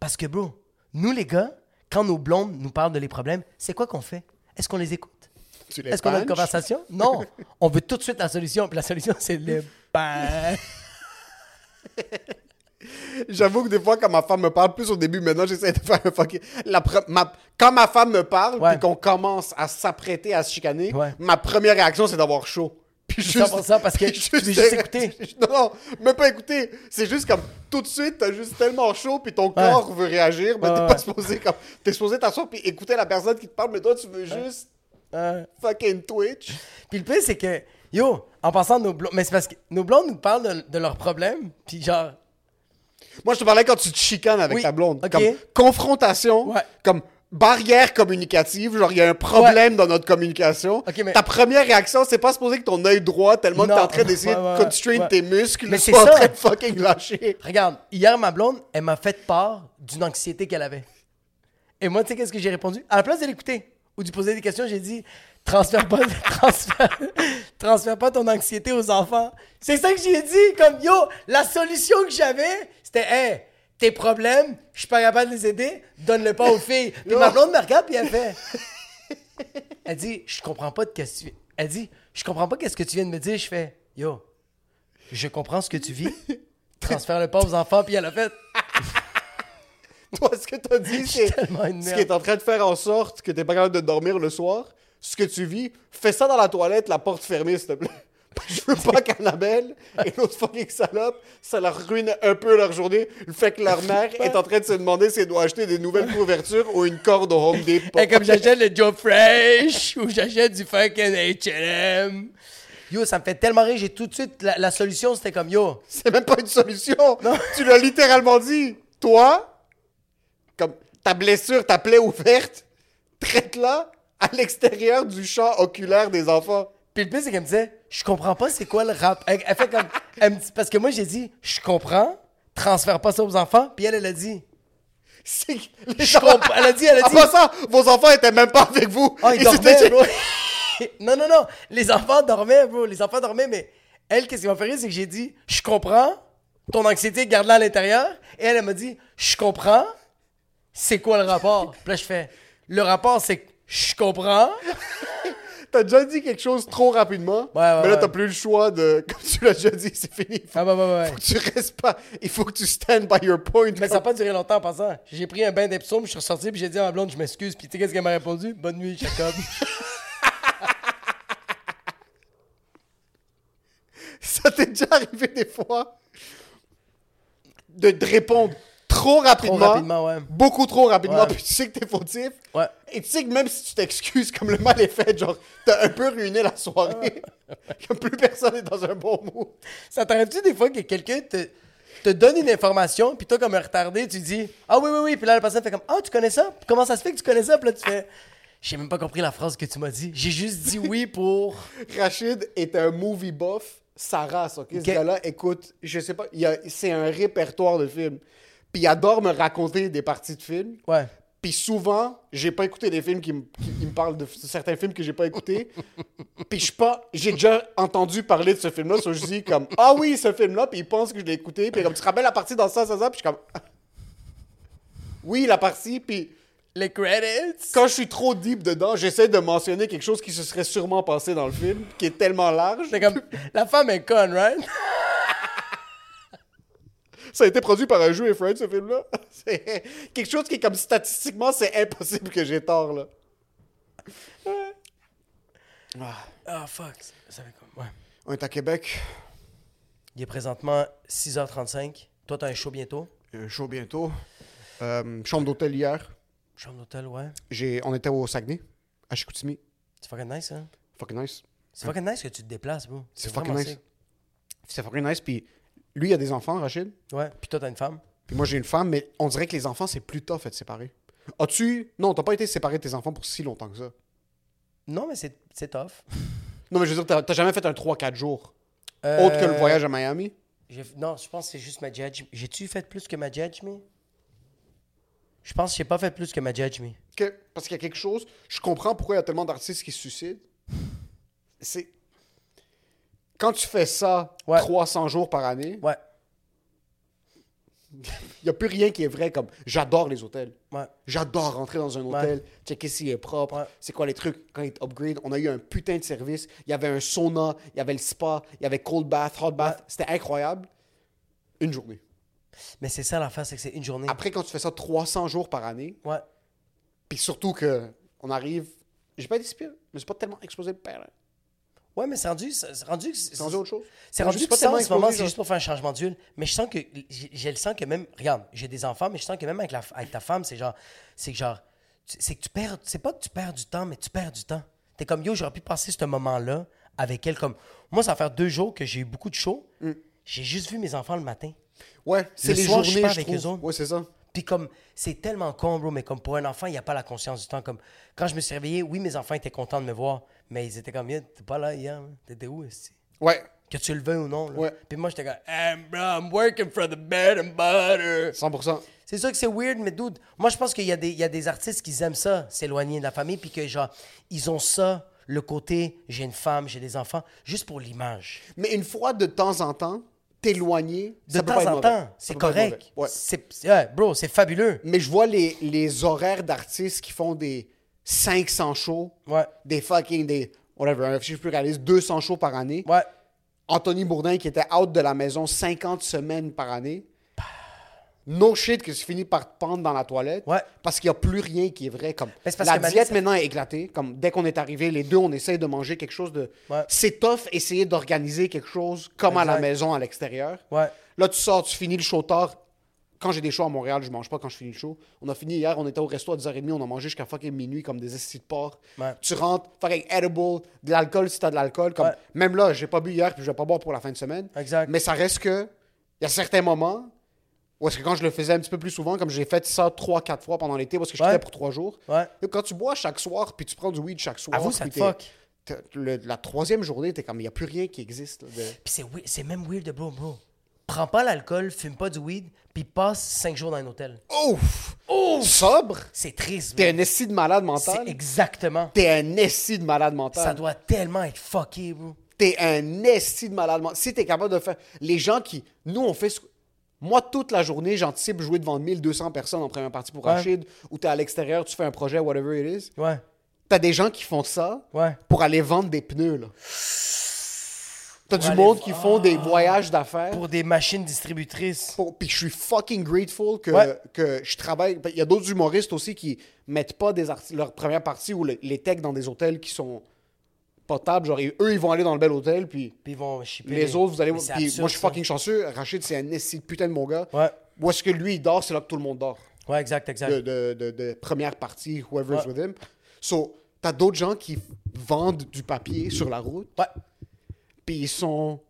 B: Parce que, bro, nous, les gars, quand nos blondes nous parlent de les problèmes, c'est quoi qu'on fait? Est-ce qu'on les écoute?
C: Tu les
B: Est-ce qu'on a une
C: punches?
B: conversation? Non. On veut tout de suite la solution. Puis la solution, c'est le bain.
C: J'avoue que des fois, quand ma femme me parle, plus au début, maintenant, j'essaie de faire un fucking. La pre- ma- Quand ma femme me parle,
B: Ouais.
C: puis qu'on commence à s'apprêter à se chicaner,
B: Ouais.
C: ma première réaction, c'est d'avoir chaud. Puis juste.
B: 100% parce que
C: puis
B: tu veux juste écouter.
C: Non, non, même pas écouter. C'est juste comme tout de suite, t'as juste tellement chaud, puis ton corps veut réagir, mais
B: Ouais,
C: t'es
B: ouais.
C: pas supposé comme. T'es supposé t'asseoir, puis écouter la personne qui te parle, mais toi, tu veux juste. Fucking Twitch.
B: Hein? Puis le pire, c'est que, yo, en passant, nos blondes. Mais c'est parce que nos blondes nous parlent de, de leurs problèmes. Puis genre,
C: Moi, je te parlais quand tu te chicanes avec
B: Oui,
C: ta blonde.
B: ok.
C: Comme confrontation,
B: Ouais.
C: comme barrière communicative, genre il y a un problème dans notre communication.
B: Ok, mais-
C: Ta première réaction, c'est pas supposé que ton œil droit, tellement
B: Non.
C: que t'es en train d'essayer
B: Ouais, ouais,
C: de
B: ouais.
C: constrain
B: Ouais.
C: tes muscles,
B: Mais c'est
C: soit en
B: ça.
C: train de fucking lâcher.
B: regarde, hier, ma blonde, elle m'a fait part d'une anxiété qu'elle avait. Et moi, tu sais, qu'est-ce que j'ai répondu? À la place de l'écouter ou de lui poser des questions, j'ai dit, transfère pas, transfère, transfère pas ton anxiété aux enfants. C'est ça que j'ai dit. Comme, yo, la solution que j'avais, c'était, hey, tes problèmes, je suis pas capable de les aider, donne-le pas aux filles. Puis ma blonde me regarde, puis elle fait. Elle dit, je comprends pas de qu'est-ce que tu... Elle dit, je comprends pas qu'est-ce que tu viens de me dire. Je fais, yo, je comprends ce que tu vis. Transfère le pas aux enfants, puis elle a fait.
C: Toi, ce que t'as dit, c'est
B: tellement une
C: ce
B: merde.
C: qui est en train de faire en sorte que t'es pas capable de dormir le soir, ce que tu vis, fais ça dans la toilette, la porte fermée, s'il te plaît. Je veux pas qu'Annabelle et l'autre fucking salope, ça leur ruine un peu leur journée, le fait que leur mère est en train de se demander si elle doit acheter des nouvelles couvertures ou une corde au Home Depot.
B: Et Eh, comme j'achète le Joe Fresh ou j'achète du fucking HM. Yo, ça me fait tellement rire. J'ai tout de suite. La, la solution, c'était comme, yo,
C: C'est même pas une solution. Tu l'as littéralement dit. Toi, comme ta blessure, ta plaie ouverte, traite-la à l'extérieur du champ oculaire des enfants.
B: Puis le pire, c'est qu'elle me disait, je comprends pas c'est quoi le rap. Elle, elle fait comme. elle me dit- parce que moi, j'ai dit, je comprends, transfère pas ça aux enfants. Puis elle, elle a dit,
C: C'est- les
B: Je comprends. Elle a dit- elle a dit-
C: En passant, vos enfants étaient même pas avec vous.
B: oh, ils
C: Ils
B: dormaient,
C: étaient-
B: bro. non, non, non. Les enfants dormaient, bro. Les enfants dormaient, mais elle, qu'est-ce qui m'a fait rire, c'est que j'ai dit, je comprends, ton anxiété, garde-la à l'intérieur. Et elle, elle m'a dit, je comprends, c'est quoi le rapport. Puis là, je fais, le rapport, c'est que Je comprends.
C: T'as déjà dit quelque chose trop rapidement,
B: Ouais, ouais,
C: mais là,
B: ouais.
C: t'as plus le choix de. Comme tu l'as déjà dit, c'est fini. Faut,
B: Ah, ouais, ouais, ouais.
C: faut que tu restes pas. Il faut que tu stand by your point.
B: Mais ça n'a pas duré longtemps en passant. J'ai pris un bain d'Epsom, je suis ressorti, puis j'ai dit à ma blonde, je m'excuse. Puis tu sais qu'est-ce qu'elle m'a répondu? Bonne nuit, Jacob.
C: Ça t'est déjà arrivé des fois de, de répondre trop rapidement.
B: rapidement, ouais.
C: Beaucoup trop rapidement,
B: Ouais.
C: puis tu sais que t'es fautif.
B: Ouais.
C: Et tu sais que même si tu t'excuses, comme le mal est fait, genre, t'as un peu ruiné la soirée.
B: Ah.
C: Comme plus personne est dans un bon mood.
B: ça t'arrive-tu des fois que quelqu'un te, te donne une information, puis toi, comme un retardé, tu dis Ah oui, oui, oui. Puis là, la personne fait comme Ah, tu connais ça? Comment ça se fait que tu connais ça? Puis là, tu fais J'ai même pas compris la phrase que tu m'as dit. J'ai juste dit oui pour.
C: Rachid est un movie buff, sa race, ok?
B: Ok.
C: Ce gars-là écoute, je sais pas, il y a- c'est un répertoire de films. Puis il adore me raconter des parties de films.
B: Ouais.
C: Puis souvent, j'ai pas écouté des films qui me qui- il me parlent de f- certains films que j'ai pas écoutés. Puis je suis pas, j'ai déjà entendu parler de ce film-là, so je dis comme ah oui ce film-là, puis il pense que je l'ai écouté, puis comme tu te rappelles la partie dans ça ça ça, puis je suis comme oui la partie, puis
B: Les credits.
C: quand je suis trop deep dedans, j'essaie de mentionner quelque chose qui se serait sûrement passé dans le film, qui est tellement large.
B: C'est comme La femme est conne, right?
C: Ça a été produit par un jeu et Freud, ce film-là. C'est quelque chose qui est comme statistiquement, c'est impossible que j'ai tort, là.
B: Ah, fuck. Ça fait comme. Ouais.
C: On est à Québec.
B: Il est présentement 6h35. Toi, t'as un show bientôt.
C: Il y a un show bientôt. Euh, chambre d'hôtel hier.
B: Chambre d'hôtel, ouais.
C: J'ai, on était au Saguenay, à Chicoutimi.
B: C'est fucking nice, hein?
C: Fucking nice.
B: C'est fucking nice que tu te déplaces, bro.
C: C'est fucking
B: vraiment
C: nice.
B: sick.
C: C'est fucking nice. Puis lui, il a des enfants, Rachid.
B: Ouais, puis toi, t'as une femme.
C: Puis moi, j'ai une femme, mais on dirait que les enfants, c'est plus tough être séparés. As-tu. Non, t'as pas été séparé de tes enfants pour si longtemps que ça.
B: Non, mais c'est c'est tough.
C: Non, mais je veux dire, t'as, t'as jamais fait un 3-4 jours. Autre que le voyage à Miami.
B: J'ai- Non, je pense que c'est juste ma judge. J'ai-tu fait plus que ma judge, mais? Je pense que j'ai pas fait plus que ma judge, mais.
C: Que- parce qu'il y a quelque chose. Je comprends pourquoi il y a tellement d'artistes qui se suicident. C'est. Quand tu fais ça
B: Ouais.
C: 300 jours par année,
B: Ouais,
C: il n'y a plus rien qui est vrai comme j'adore les hôtels.
B: ouais.
C: J'adore rentrer dans un hôtel, checker s'il est propre,
B: Ouais.
C: c'est quoi les trucs quand il te upgrade. On a eu un putain de service. Il y avait un sauna, il y avait le spa, il y avait cold bath, hot bath. C'était incroyable. Une journée.
B: Mais c'est ça l'affaire, c'est que c'est une journée.
C: Après, quand tu fais ça 300 jours par année,
B: Ouais.
C: puis surtout que on arrive. J'ai pas d'expire, mais c'est pas tellement explosé le père.
B: Ouais, mais c'est rendu. C'est c'est rendu que.
C: C'est rendu autre chose.
B: C'est rendu
C: Je suis
B: que ça, en ce
C: explosé,
B: moment,
C: genre.
B: c'est juste pour faire un changement d'huile. Mais je sens que. J'ai j'ai le sens que même. Regarde, j'ai des enfants, mais je sens que même avec, la- avec ta femme, c'est genre. C'est que genre. tu- C'est que tu perds. C'est pas que tu perds du temps, mais tu perds du temps. T'es comme yo, j'aurais pu passer ce moment-là avec elle. Comme. Moi, ça va faire deux jours que j'ai eu beaucoup de chaud.
C: Mm.
B: J'ai juste vu mes enfants le matin.
C: Ouais, c'est
B: Le
C: les
B: soir, je
C: journées,
B: pars
C: je
B: avec eux
C: trouve.
B: autres.
C: Ouais, c'est ça.
B: Puis comme, c'est tellement con, bro, mais comme pour un enfant, il n'y a pas la conscience du temps. Comme, quand je me suis réveillé, oui, mes enfants étaient contents de me voir, mais ils étaient comme, Yeah, t'es pas là hier, hein? t'étais où, ici?
C: Ouais,
B: Que tu le veux ou non, là.
C: Ouais.
B: Puis moi, j'étais comme, I'm, bro, I'm working for the bread and butter.
C: 100%.
B: C'est sûr que c'est weird, mais dude, moi, je pense qu'il y, a des- il y a des artistes qui aiment ça, s'éloigner de la famille, puis que, genre, ils ont ça, le côté, j'ai une femme, j'ai des enfants, juste pour l'image.
C: Mais une fois de temps en temps, t'éloigner,
B: De
C: ça peut pas
B: temps
C: être
B: en
C: mauvais.
B: temps,
C: Ça
B: c'est
C: peut pas être
B: correct.
C: mauvais. Ouais. Mm.
B: C'est, ouais, bro, c'est fabuleux.
C: Mais je vois les, les horaires d'artistes qui font des 500 shows,
B: Ouais.
C: des fucking, des, whatever, un chiffre plus réaliste, 200 shows par année.
B: Ouais.
C: Anthony Bourdin qui était out de la maison 50 semaines par année. No shit que tu finis par te pendre dans la toilette.
B: Ouais.
C: Parce qu'il n'y a plus rien qui est vrai. Comme,
B: Mais c'est parce
C: la
B: que Manu,
C: diète
B: ça-
C: maintenant est éclatée. Comme, dès qu'on est arrivé, les deux, on essaye de manger quelque chose de...
B: Ouais.
C: C'est tough essayer d'organiser quelque chose comme à la
B: Exact.
C: maison, à l'extérieur.
B: Ouais.
C: Là, tu sors, tu finis le show tard. Quand j'ai des shows à Montréal, je mange pas quand je finis le show. On a fini hier, on était au resto à 10h30, on a mangé jusqu'à fucking minuit comme des estis de porc.
B: Ouais.
C: Tu rentres, fucking edible, de l'alcool si t'as de l'alcool. Comme,
B: Ouais.
C: Même là, j'ai pas bu hier puis je vais pas boire pour la fin de semaine.
B: Exact.
C: Mais ça reste que, il y a certains moments où est-ce que quand je le faisais un petit peu plus souvent, comme j'ai fait ça 3-4 fois pendant l'été parce que je
B: Ouais.
C: quittais pour 3 jours.
B: Ouais.
C: Et Quand tu bois chaque soir puis tu prends du weed chaque soir.
B: Avoue, ça
C: puis
B: te
C: t'es-
B: fuck.
C: t'es- le- la troisième journée, t'es comme, il y a plus rien qui existe. là, de-
B: Puis c'est wei- c'est même weird de bro, bro. Prends pas l'alcool, fume pas du weed, puis passe cinq jours dans un hôtel.
C: Ouf! Sobre!
B: C'est triste, bro.
C: T'es un esti de malade mental.
B: C'est exactement.
C: T'es un esti de malade mental.
B: Ça doit tellement être fucké, bro.
C: T'es un esti de malade mental. Si t'es capable de faire... Les gens qui... Nous, on fait... ce- Moi, toute la journée, j'anticipe jouer devant 1200 personnes en première partie pour
B: Ouais.
C: Rachid, ou t'es à l'extérieur, tu fais un projet, whatever it is.
B: Ouais.
C: t'as des gens qui font ça
B: Ouais.
C: pour aller vendre des pneus, là. T'as du monde qui font des
B: Ah.
C: voyages d'affaires.
B: Pour des machines distributrices.
C: pour- Puis je suis fucking grateful que,
B: Ouais.
C: que je travaille. Ben, Il y a d'autres humoristes aussi qui mettent pas des arti- leur première partie ou le- les techs dans des hôtels qui sont potables. Genre, et eux, ils vont aller dans le bel hôtel, puis
B: Puis ils vont shipper.
C: les autres, vous allez.
B: Mais c'est
C: puis
B: absurde,
C: moi, je suis
B: ça.
C: fucking chanceux. Rachid, c'est un esti de putain de mon gars.
B: Ouais.
C: Où est-ce que lui, il dort, c'est là que tout le monde dort.
B: Ouais, exact, exact.
C: de, de- de- de première partie, whoever's
B: Ouais.
C: with him. So, t'as d'autres gens qui vendent du papier sur la route,
B: Ouais.
C: puis ils sont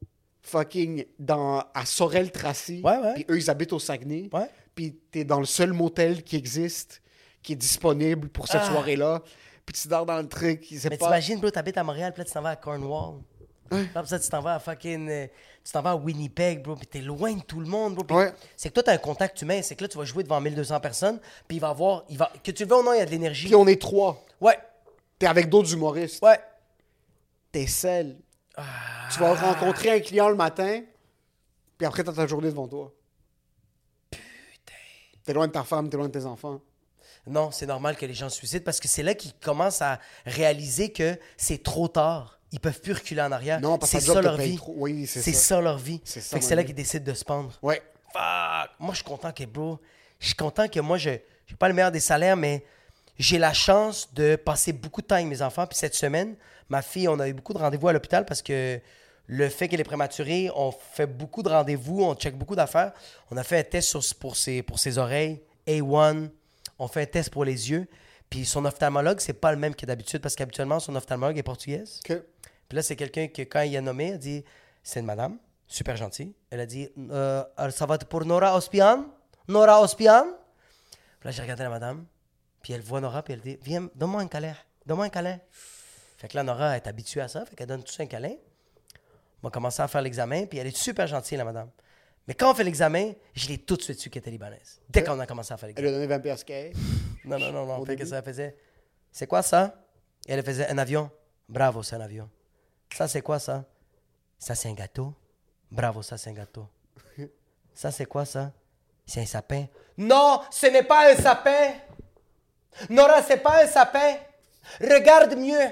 C: fucking dans, à Sorel-Tracy,
B: Ouais, ouais.
C: puis eux, ils habitent au Saguenay,
B: Ouais.
C: puis t'es dans le seul motel qui existe, qui est disponible pour cette soirée-là, puis tu dors dans le truc, c'est
B: Ah. Mais
C: pas...
B: t'imagines, bro, t'habites à Montréal, puis là, tu t'en vas à Cornwall. Ah, Puis Après ça, tu t'en vas à fucking. euh, Tu t'en vas à Winnipeg, bro, puis t'es loin de tout le monde, bro. puis
C: Ouais.
B: C'est que toi, t'as un contact humain, c'est que là, tu vas jouer devant 1200 personnes, puis il va avoir. Il va... Que tu le veux ou non, il y a de l'énergie.
C: Puis on est trois,
B: Ouais,
C: t'es avec d'autres humoristes,
B: ouais. Ah.
C: t'es seul. Tu vas rencontrer un client le matin, puis après, t'as ta journée devant toi. Putain. T'es loin de ta femme, t'es loin de tes enfants.
B: Non, c'est normal que les gens se suicident parce que c'est là qu'ils commencent à réaliser que c'est trop tard. Ils peuvent plus reculer en arrière.
C: Non, parce que
B: c'est
C: ta job
B: ça
C: te
B: leur
C: paye
B: vie.
C: trop. Oui, c'est ça.
B: ça. leur vie.
C: C'est ça,
B: Fait que
C: mon
B: c'est là
C: ami.
B: qu'ils décident de se pendre.
C: Ouais.
B: Fuck. Moi, je suis content que, bro, je suis content que moi, je j'ai pas le meilleur des salaires, mais j'ai la chance de passer beaucoup de temps avec mes enfants. Puis cette semaine, ma fille, on a eu beaucoup de rendez-vous à l'hôpital parce que le fait qu'elle est prématurée, on fait beaucoup de rendez-vous, on check beaucoup d'affaires. On a fait un test sur- pour, ses, pour ses oreilles, A1. On fait un test pour les yeux. Puis son ophtalmologue, c'est pas le même que d'habitude parce qu'habituellement, son ophtalmologue est portugaise.
C: Que...
B: Puis là, c'est quelqu'un que, quand il a nommé, a dit C'est une madame, super gentille. Elle a dit Euh, Alors, Ça va être pour Nora Ospian Nora Ospian Puis là, j'ai regardé la madame, puis elle voit Nora, puis elle dit Viens, donne-moi un câlin, donne-moi un câlin. Fait que là, Nora est habituée à ça, fait qu'elle donne tout ça un câlin. On a commencé à faire l'examen, puis elle est super gentille, la madame. Mais quand on fait l'examen, je l'ai tout de suite su qu'elle était libanaise. Dès qu'on a commencé à faire
C: Elle lui
B: l'examen.
C: a donné 20 piastres qu'elle.
B: Non, non, non, non.
C: Au
B: Fait que
C: début.
B: ça elle faisait. C'est quoi ça? Et elle faisait un avion. Bravo, c'est un avion. Ça, c'est quoi ça? Ça, c'est un gâteau. Bravo, ça, c'est un gâteau. Ça, c'est quoi ça? C'est un sapin. Non, ce n'est pas un sapin. Nora, c'est pas un sapin. Regarde mieux.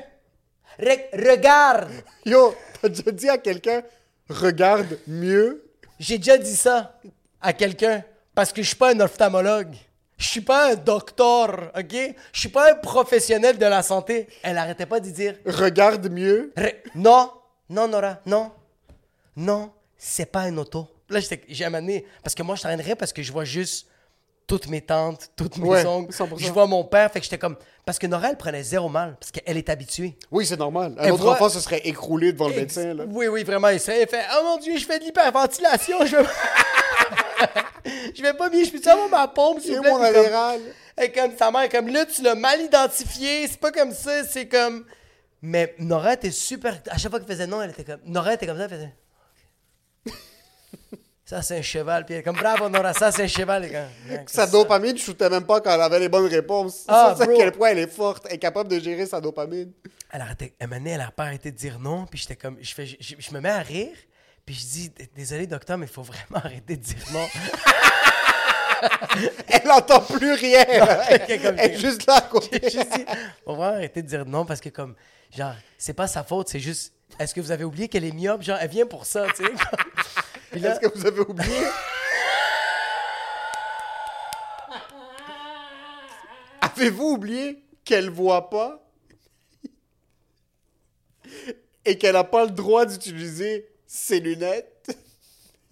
B: Re- regarde.
C: Yo, t'as déjà dit à quelqu'un, regarde mieux.
B: J'ai déjà dit ça à quelqu'un parce que je suis pas un ophtalmologue. Je suis pas un docteur, OK? Je suis pas un professionnel de la santé. Elle arrêtait pas d'y dire
C: Regarde mieux.
B: Re- non, non, Nora, non, non, c'est pas un auto. Là, j'étais- j'ai amené, parce que moi, je traînerais parce que je vois juste toutes mes tantes, toutes mes
C: Ouais,
B: oncles.
C: 100%.
B: Je vois mon père, fait que j'étais comme. Parce que Nora, elle prenait zéro mal, parce qu'elle est habituée.
C: Oui, c'est normal. Un
B: Elle
C: autre
B: voit-
C: enfant se serait écroulé devant le
B: Ex-
C: médecin. Là.
B: Oui, oui, vraiment. Il s'est il fait Oh mon Dieu, je fais de l'hyperventilation. Je vais... je vais pas bien. Je peux-tu avoir ma pompe, s'il
C: Et
B: vous plaît?
C: mon
B: Puis comme-
C: avéral.
B: Et comme sa mère, comme là, tu l'as mal identifié. C'est pas comme ça. C'est comme. Mais Nora était super. À chaque fois qu'elle faisait non, elle était comme. Nora était comme ça, elle faisait. Ça, c'est un cheval. Puis elle est comme Bravo, Nora, ça, c'est un cheval. Elle est comme,
C: Sa dopamine, je shootais même pas quand elle avait les bonnes réponses.
B: Ah,
C: c'est ça à
B: bro.
C: quel point elle est forte, incapable de gérer sa dopamine.
B: elle arrêtait, un moment donné, elle a pas arrêté de dire non, puis j'étais comme, je, fais, je, je- je me mets à rire, puis je dis, désolé docteur, mais il faut vraiment arrêter de dire non.
C: Elle n'entend plus rien.
B: ok, comme-
C: elle est juste là à côté.
B: J'ai juste dit, faut vraiment arrêter de dire non, parce que comme, genre, c'est pas sa faute, c'est juste, est-ce que vous avez oublié qu'elle est myope, genre, elle vient pour ça, tu sais. comme- Puis là,
C: Est-ce que vous avez oublié? Avez-vous oublié qu'elle voit pas et qu'elle n'a pas le droit d'utiliser ses lunettes?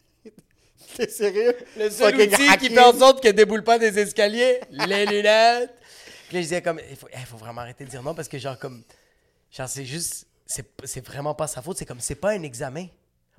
C: T'es sérieux?
B: le seul
C: Fucking
B: outil qui
C: hacking.
B: fait en sorte qu'elle déboule pas des escaliers, les lunettes. Puis là, je disais comme, il faut, eh, faut vraiment arrêter de dire non, parce que genre, comme, Genre, c'est juste, c'est c'est vraiment pas sa faute. C'est comme, c'est pas un examen.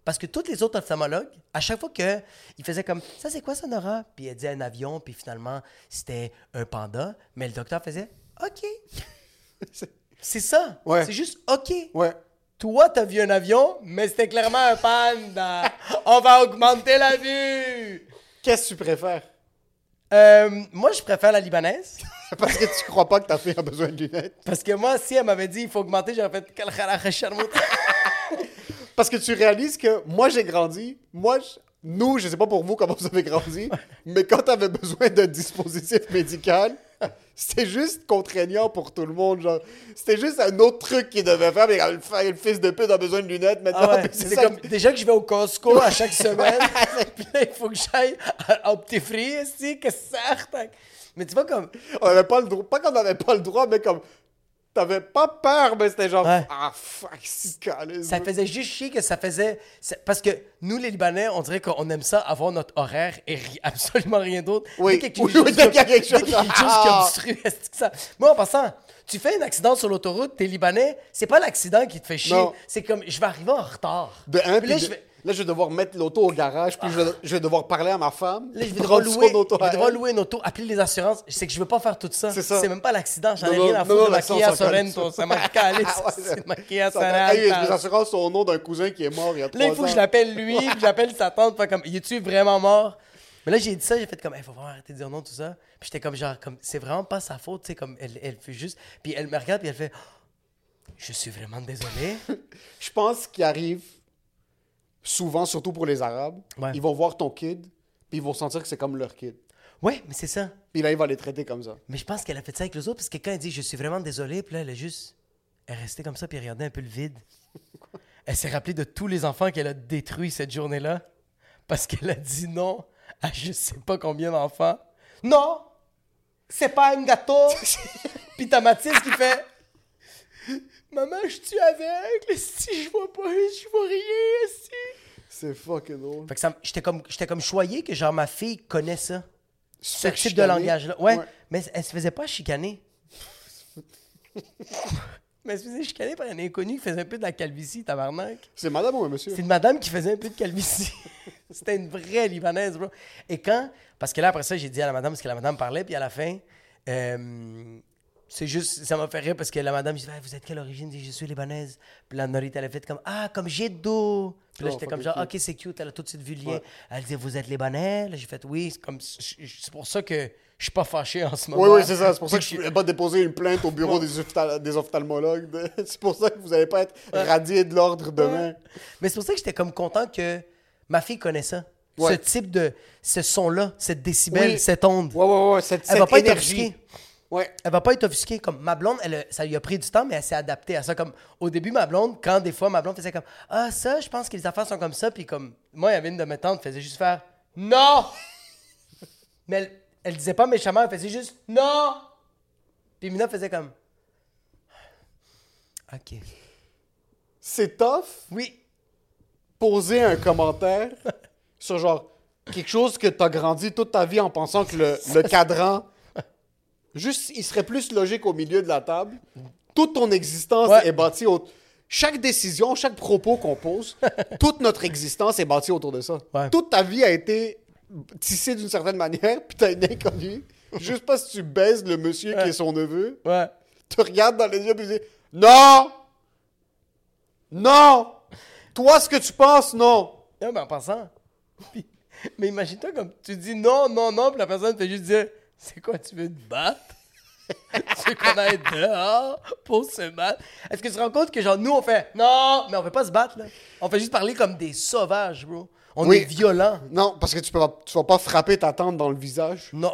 B: Parce que tous les autres ophtalmologues, à chaque fois qu'ils faisaient comme, ça c'est quoi ça, Nora? Puis elle disait un avion, puis finalement, c'était un panda. Mais le docteur faisait, OK. c'est ça.
C: Ouais.
B: C'est juste OK.
C: Ouais.
B: Toi, t'as vu un avion, mais c'était clairement un panda. On va augmenter la vue.
C: Qu'est-ce que tu préfères?
B: Euh, moi, je préfère la libanaise.
C: Parce que tu crois pas que ta fille a besoin de lunettes.
B: Parce que moi, si elle m'avait dit, il faut augmenter, j'aurais fait, Quel kharacha charmouta.
C: Parce que tu réalises que moi j'ai grandi, moi je- nous, je sais pas pour vous comment vous avez grandi, mais quand t'avais besoin d'un dispositif médical, C'était juste contraignant pour tout le monde. genre. C'était juste un autre truc qu'il devait faire. Mais quand le frère- le fils de pute a besoin de lunettes maintenant.
B: Ah ouais,
C: puis c'est
B: c'est
C: ça
B: comme
C: qui-
B: déjà que je vais au Costco à chaque semaine. puis là, il faut que j'aille à- au petit free, ici, que ça artac. Mais tu vois, comme.
C: On avait pas le droit. Pas qu'on n'avait pas le droit, mais comme. T'avais pas peur, mais c'était genre.
B: Ouais.
C: Ah, fuck, c'est calé.
B: Ça faisait juste chier que ça faisait. c'est- Parce que nous, les Libanais, on dirait qu'on aime ça, avoir notre horaire et ri- absolument rien d'autre.
C: Oui.
B: Dès qu'il y a quelque
C: Oui,
B: chose
C: oui, dès qu'il y a
B: qui-
C: quelque
B: dès
C: chose.
B: qu'il y a quelque chose qui obstrue, est-ce que ça. Moi, en passant, tu fais un accident sur l'autoroute, t'es Libanais, c'est pas l'accident qui te fait chier.
C: Non.
B: C'est comme, je vais arriver en retard.
C: De un,
B: Puis
C: puis
B: là,
C: de-
B: je vais.
C: là, je vais devoir mettre l'auto au garage, puis je, vais, je vais devoir parler à ma femme.
B: Là, je vais
C: prendre
B: devoir
C: son
B: louer,
C: auto
B: je
C: à
B: vais devoir
C: elle.
B: louer une auto, appeler les assurances. C'est que je veux pas faire tout ça.
C: C'est ça.
B: C'est même pas l'accident. Ah, J'en
C: Non,
B: ai
C: non,
B: rien à
C: non,
B: foutre
C: non,
B: de
C: la science
B: maquiller à
C: encore là-dessus.
B: Sorrento. Ça m'a calé.
C: Ah ouais,
B: C'est maquillé
C: ça-
B: à
C: Ah oui, les
B: Sorrento.
C: assurances sont au nom d'un cousin qui est mort il y a
B: Là, il
C: trois
B: faut que
C: ans.
B: je l'appelle lui, que j'appelle sa tante, pas comme, il est-tu vraiment mort? Mais là, j'ai dit ça, j'ai fait comme, il faut vraiment arrêter de dire non, tout ça. Puis j'étais comme, genre, comme, c'est vraiment pas sa faute, tu sais, comme, elle, elle fait juste. Puis elle me regarde, puis elle fait, je suis vraiment désolé.
C: Je pense qu'il arrive souvent, surtout pour les Arabes,
B: Ouais.
C: ils vont voir ton kid, puis ils vont sentir que c'est comme leur kid.
B: ouais, mais c'est ça.
C: Puis là, ils vont les traiter comme ça.
B: Mais je pense qu'elle a fait ça avec les autres, parce que quand elle dit, je suis vraiment désolé, puis là, elle a juste, elle restait comme ça, puis elle regardait un peu le vide. Elle s'est rappelée de tous les enfants qu'elle a détruits cette journée-là, parce qu'elle a dit non à je sais pas combien d'enfants. Non! C'est pas un gâteau! Puis t'as Mathilde qui fait Maman, je suis avec, si je vois pas, je vois rien, si.
C: C'est fucking drôle.
B: Fait que ça, j'étais comme, j'étais comme choyé que genre ma fille connaît ça, ce
C: Fait que
B: type de
C: chicaner.
B: langage-là. Ouais, mais elle se faisait pas chicaner. mais elle se faisait chicaner par un inconnu qui faisait un peu de la calvitie, tabarnak.
C: C'est madame ou un monsieur?
B: C'est une madame qui faisait un peu de calvitie. C'était une vraie Libanaise, bro. Et quand. Parce que là, après ça, j'ai dit à la madame ce que la madame parlait, puis à la fin, euh, c'est juste. Ça m'a fait rire parce que la madame, j'ai dit, Ah, Vous êtes quelle origine J'ai dit, Je suis Libanaise. Puis la Norita, elle a fait comme Ah, comme j'ai d'eau. Puis là,
C: Oh,
B: j'étais
C: fuck,
B: comme
C: c'est
B: genre,
C: cute.
B: OK, c'est cute. Elle a tout de suite vu le lien. Elle dit Vous êtes Libanais Là, j'ai fait Oui. C'est comme- c'est pour ça que je suis pas fâché en ce moment.
C: Oui, oui, c'est ça. C'est pour ça que je
B: Puis
C: ne pas déposer une plainte au bureau des, ophtal- des ophtalmologues. de- C'est pour ça que vous n'allez pas être radié de l'ordre demain.
B: Mais c'est pour ça que j'étais comme content que ma fille connaisse ça.
C: Ouais.
B: Ce type de. Ce son-là, cette décibel,
C: Oui.
B: cette onde.
C: Ouais, ouais, ouais. Cette,
B: Elle va
C: cette
B: pas être
C: énergie.
B: offusquée.
C: Ouais.
B: Elle va pas être offusquée. Comme ma blonde, elle, a- ça lui a pris du temps, mais elle s'est adaptée à ça. Comme au début, ma blonde, quand des fois ma blonde faisait comme Ah, ça, je pense que les affaires sont comme ça. Puis comme moi, il y avait une de mes tantes, faisait juste faire Non Mais elle, elle disait pas méchamment, elle faisait juste Non Puis Mina faisait comme Ok.
C: C'est tough.
B: Oui.
C: poser un commentaire sur genre quelque chose que t'as grandi toute ta vie en pensant que le, le cadran, juste, il serait plus logique au milieu de la table. Toute ton existence
B: Ouais.
C: est bâtie au. Chaque décision, chaque propos qu'on pose, toute notre existence est bâtie autour de ça.
B: Ouais.
C: Toute ta vie a été tissée d'une certaine manière, puis t'as une inconnue. Juste parce que tu baises le monsieur qui est son neveu,
B: Ouais.
C: te regarde dans les yeux et dis Non Non Toi, ce que tu penses, non
B: Non, mais en passant. Puis- mais imagine-toi comme tu dis non, non, non, puis la personne fait juste dire C'est quoi, tu veux te battre Tu veux qu'on aille dehors pour se battre Est-ce que tu te rends compte que, genre, nous, on fait non, mais on fait pas se battre, là. On fait juste parler comme des sauvages, bro. On
C: Oui.
B: est violents.
C: Non, parce que tu peux pas- tu vas pas frapper ta tante dans le visage.
B: Non.